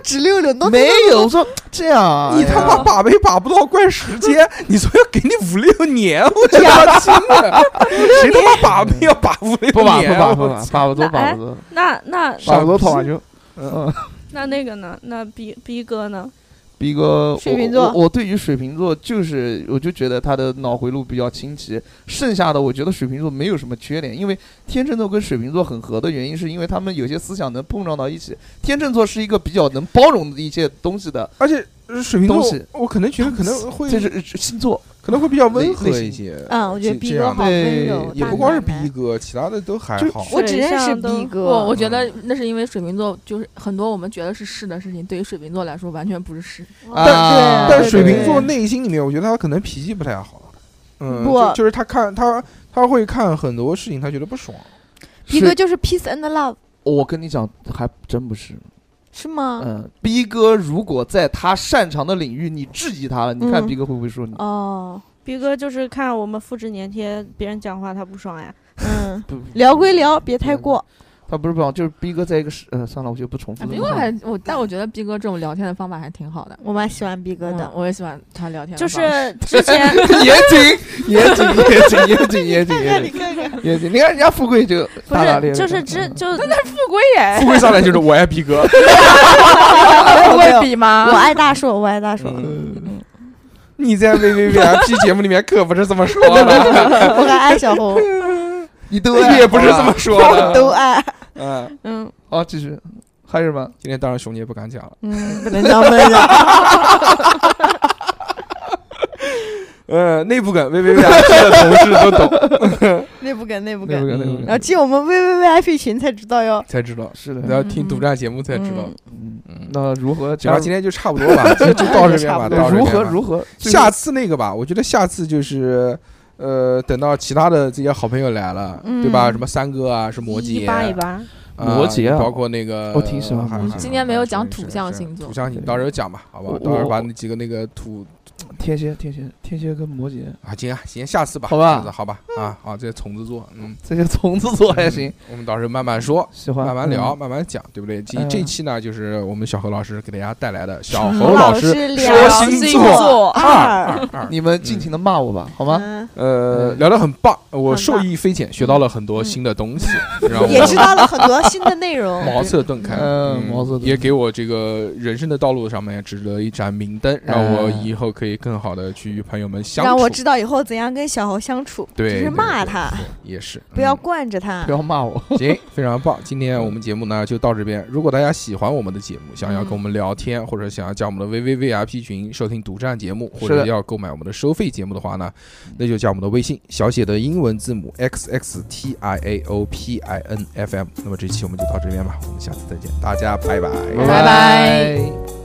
直溜溜，
是没有，我说这样啊，
你他
哎
妈
呀
把妹把不到，怪时 间。你说要给你五六年，我 真的惊了。 谁他妈把妹要把五六年？啊
不把不把不
我
把把不多把不多
那那
把不多跑完就。
嗯
嗯，
那那个呢？那 B B 哥呢？
逼哥，
水
我
瓶座
我我对于水瓶座就是，我就觉得他的脑回路比较清奇，剩下的我觉得水瓶座没有什么缺点，因为天秤座跟水瓶座很合的原因，是因为他们有些思想能碰撞到一起。天秤座是一个比较能包容一些东西的，
而且呃水瓶座
东西，
我我可能觉得可能会
这是呃星座。
可能会比较温
类
和
类型
一些。
嗯，我觉得
这
逼
这
哥
样
好
的
温柔，
也
大
不光是
奶奶
逼，哥，其他的都还
就
好。
我只认识
水上都
逼哥，
我我觉得那是因为水瓶座就是很多我们觉得是是的事情，对于水瓶座来说完全不是是。
哦
啊
但
但
对
水
对
瓶座内心里面，我觉得他可能脾气不太好。嗯，
不
就就是他看他他会看很多事情，他觉得不爽。
逼哥
是
就是 peace and love
我跟你讲，还真不是。
是吗？
嗯，逼哥如果在他擅长的领域你质疑他了，你看
嗯
逼哥会不会说你？
哦，
逼哥就是看我们复制粘贴，别人讲话他不爽呀。
嗯，
不，
聊归聊，别
嗯
太过，
他不是不好，就是逼哥在一个是呃，算了，我就不重复
啊
这
逼
个
哥
话题。
还我，但我觉得逼哥这种聊天的方法还挺好的。
我蛮喜欢逼哥
嗯
的。
我也喜欢他聊天的
就
方式，
是之前
严谨，严谨，严谨，严谨，严谨，严谨。
看看，
也行，你看人家富贵就
不
大大咧咧
是
的，
就是之就
富贵耶，
哎
富贵上来就是我爱逼哥，
富贵比吗？
我爱大硕，我爱大硕，
嗯
嗯，
你在 V V V I P 节目里面可不是这么说的，
我还爱小红，
你都爱
哎也不是这么说
都
的。
爱，
嗯，
嗯，
好，继续还有什么？
今天当然熊姐不敢讲了。
嗯，不能当闷了，
呃，内部梗 V V V I P 的同事都懂，
内部梗，内部
那
梗
个。
嗯
那
然后
个，
进我们 VVVIP 群才知道 哟。
才知道，
是的，
然后听独占节目才知道。
嗯，
嗯，
那如何
行吧，
加
今天就差不多 吧，就就到这边吧，
对
到这边吧
如何如何？最后
下次那个吧，我觉得下次就是，呃，等到其他的这些好朋友来了，
嗯
对吧？什么三哥啊，是摩
一
羯，
扒一扒，
啊
摩羯啊
包括那个，
我挺喜欢
还
摩羯
还
今天没有讲
还是
土象
是
星座
土象星
对哦
到时候讲吧，好不好？
我
到时候把
我
那几个那个土
天蝎，天蝎，天蝎跟摩羯
啊，行啊，行，下次吧，
好吧
下次好吧，啊，好，这虫子座，嗯，
这些虫子座还行，
我们到时候慢慢说。
喜欢
慢慢聊，
嗯
慢慢讲，对不对？这
嗯
这期呢，就是我们小何老师给大家带来的小
嗯
何哦老师
师
说
聊
星
星
座
座
二二二，
你们尽情的骂我吧，好吗？
嗯
呃，
嗯
聊得很棒，我
很
受益匪浅，学到了很多新的东西，让我
也知道了很多新的内容。
茅塞顿开。
嗯茅塞顿开
也给我这个人生的道路上面指了一盏明灯，让我以后可以更好的去与朋友们相处。
让我知道以后怎样跟小猴相处，
对
就是骂他，
也是，
不要
嗯
惯着他
不。要骂我，
行，非常棒。今天我们节目呢就到这边。如果大家喜欢我们的节目，想要
嗯
跟我们聊天，或者想要加我们的 VVVIP 群收听独占节目，或
是
者
的
要购买我们的收费节目的话呢，那就加我们的微信小写的英文字母 XXTIAOPINFM。那么这期我们就到这边吧，我们下次再见，大家拜拜。
拜拜
拜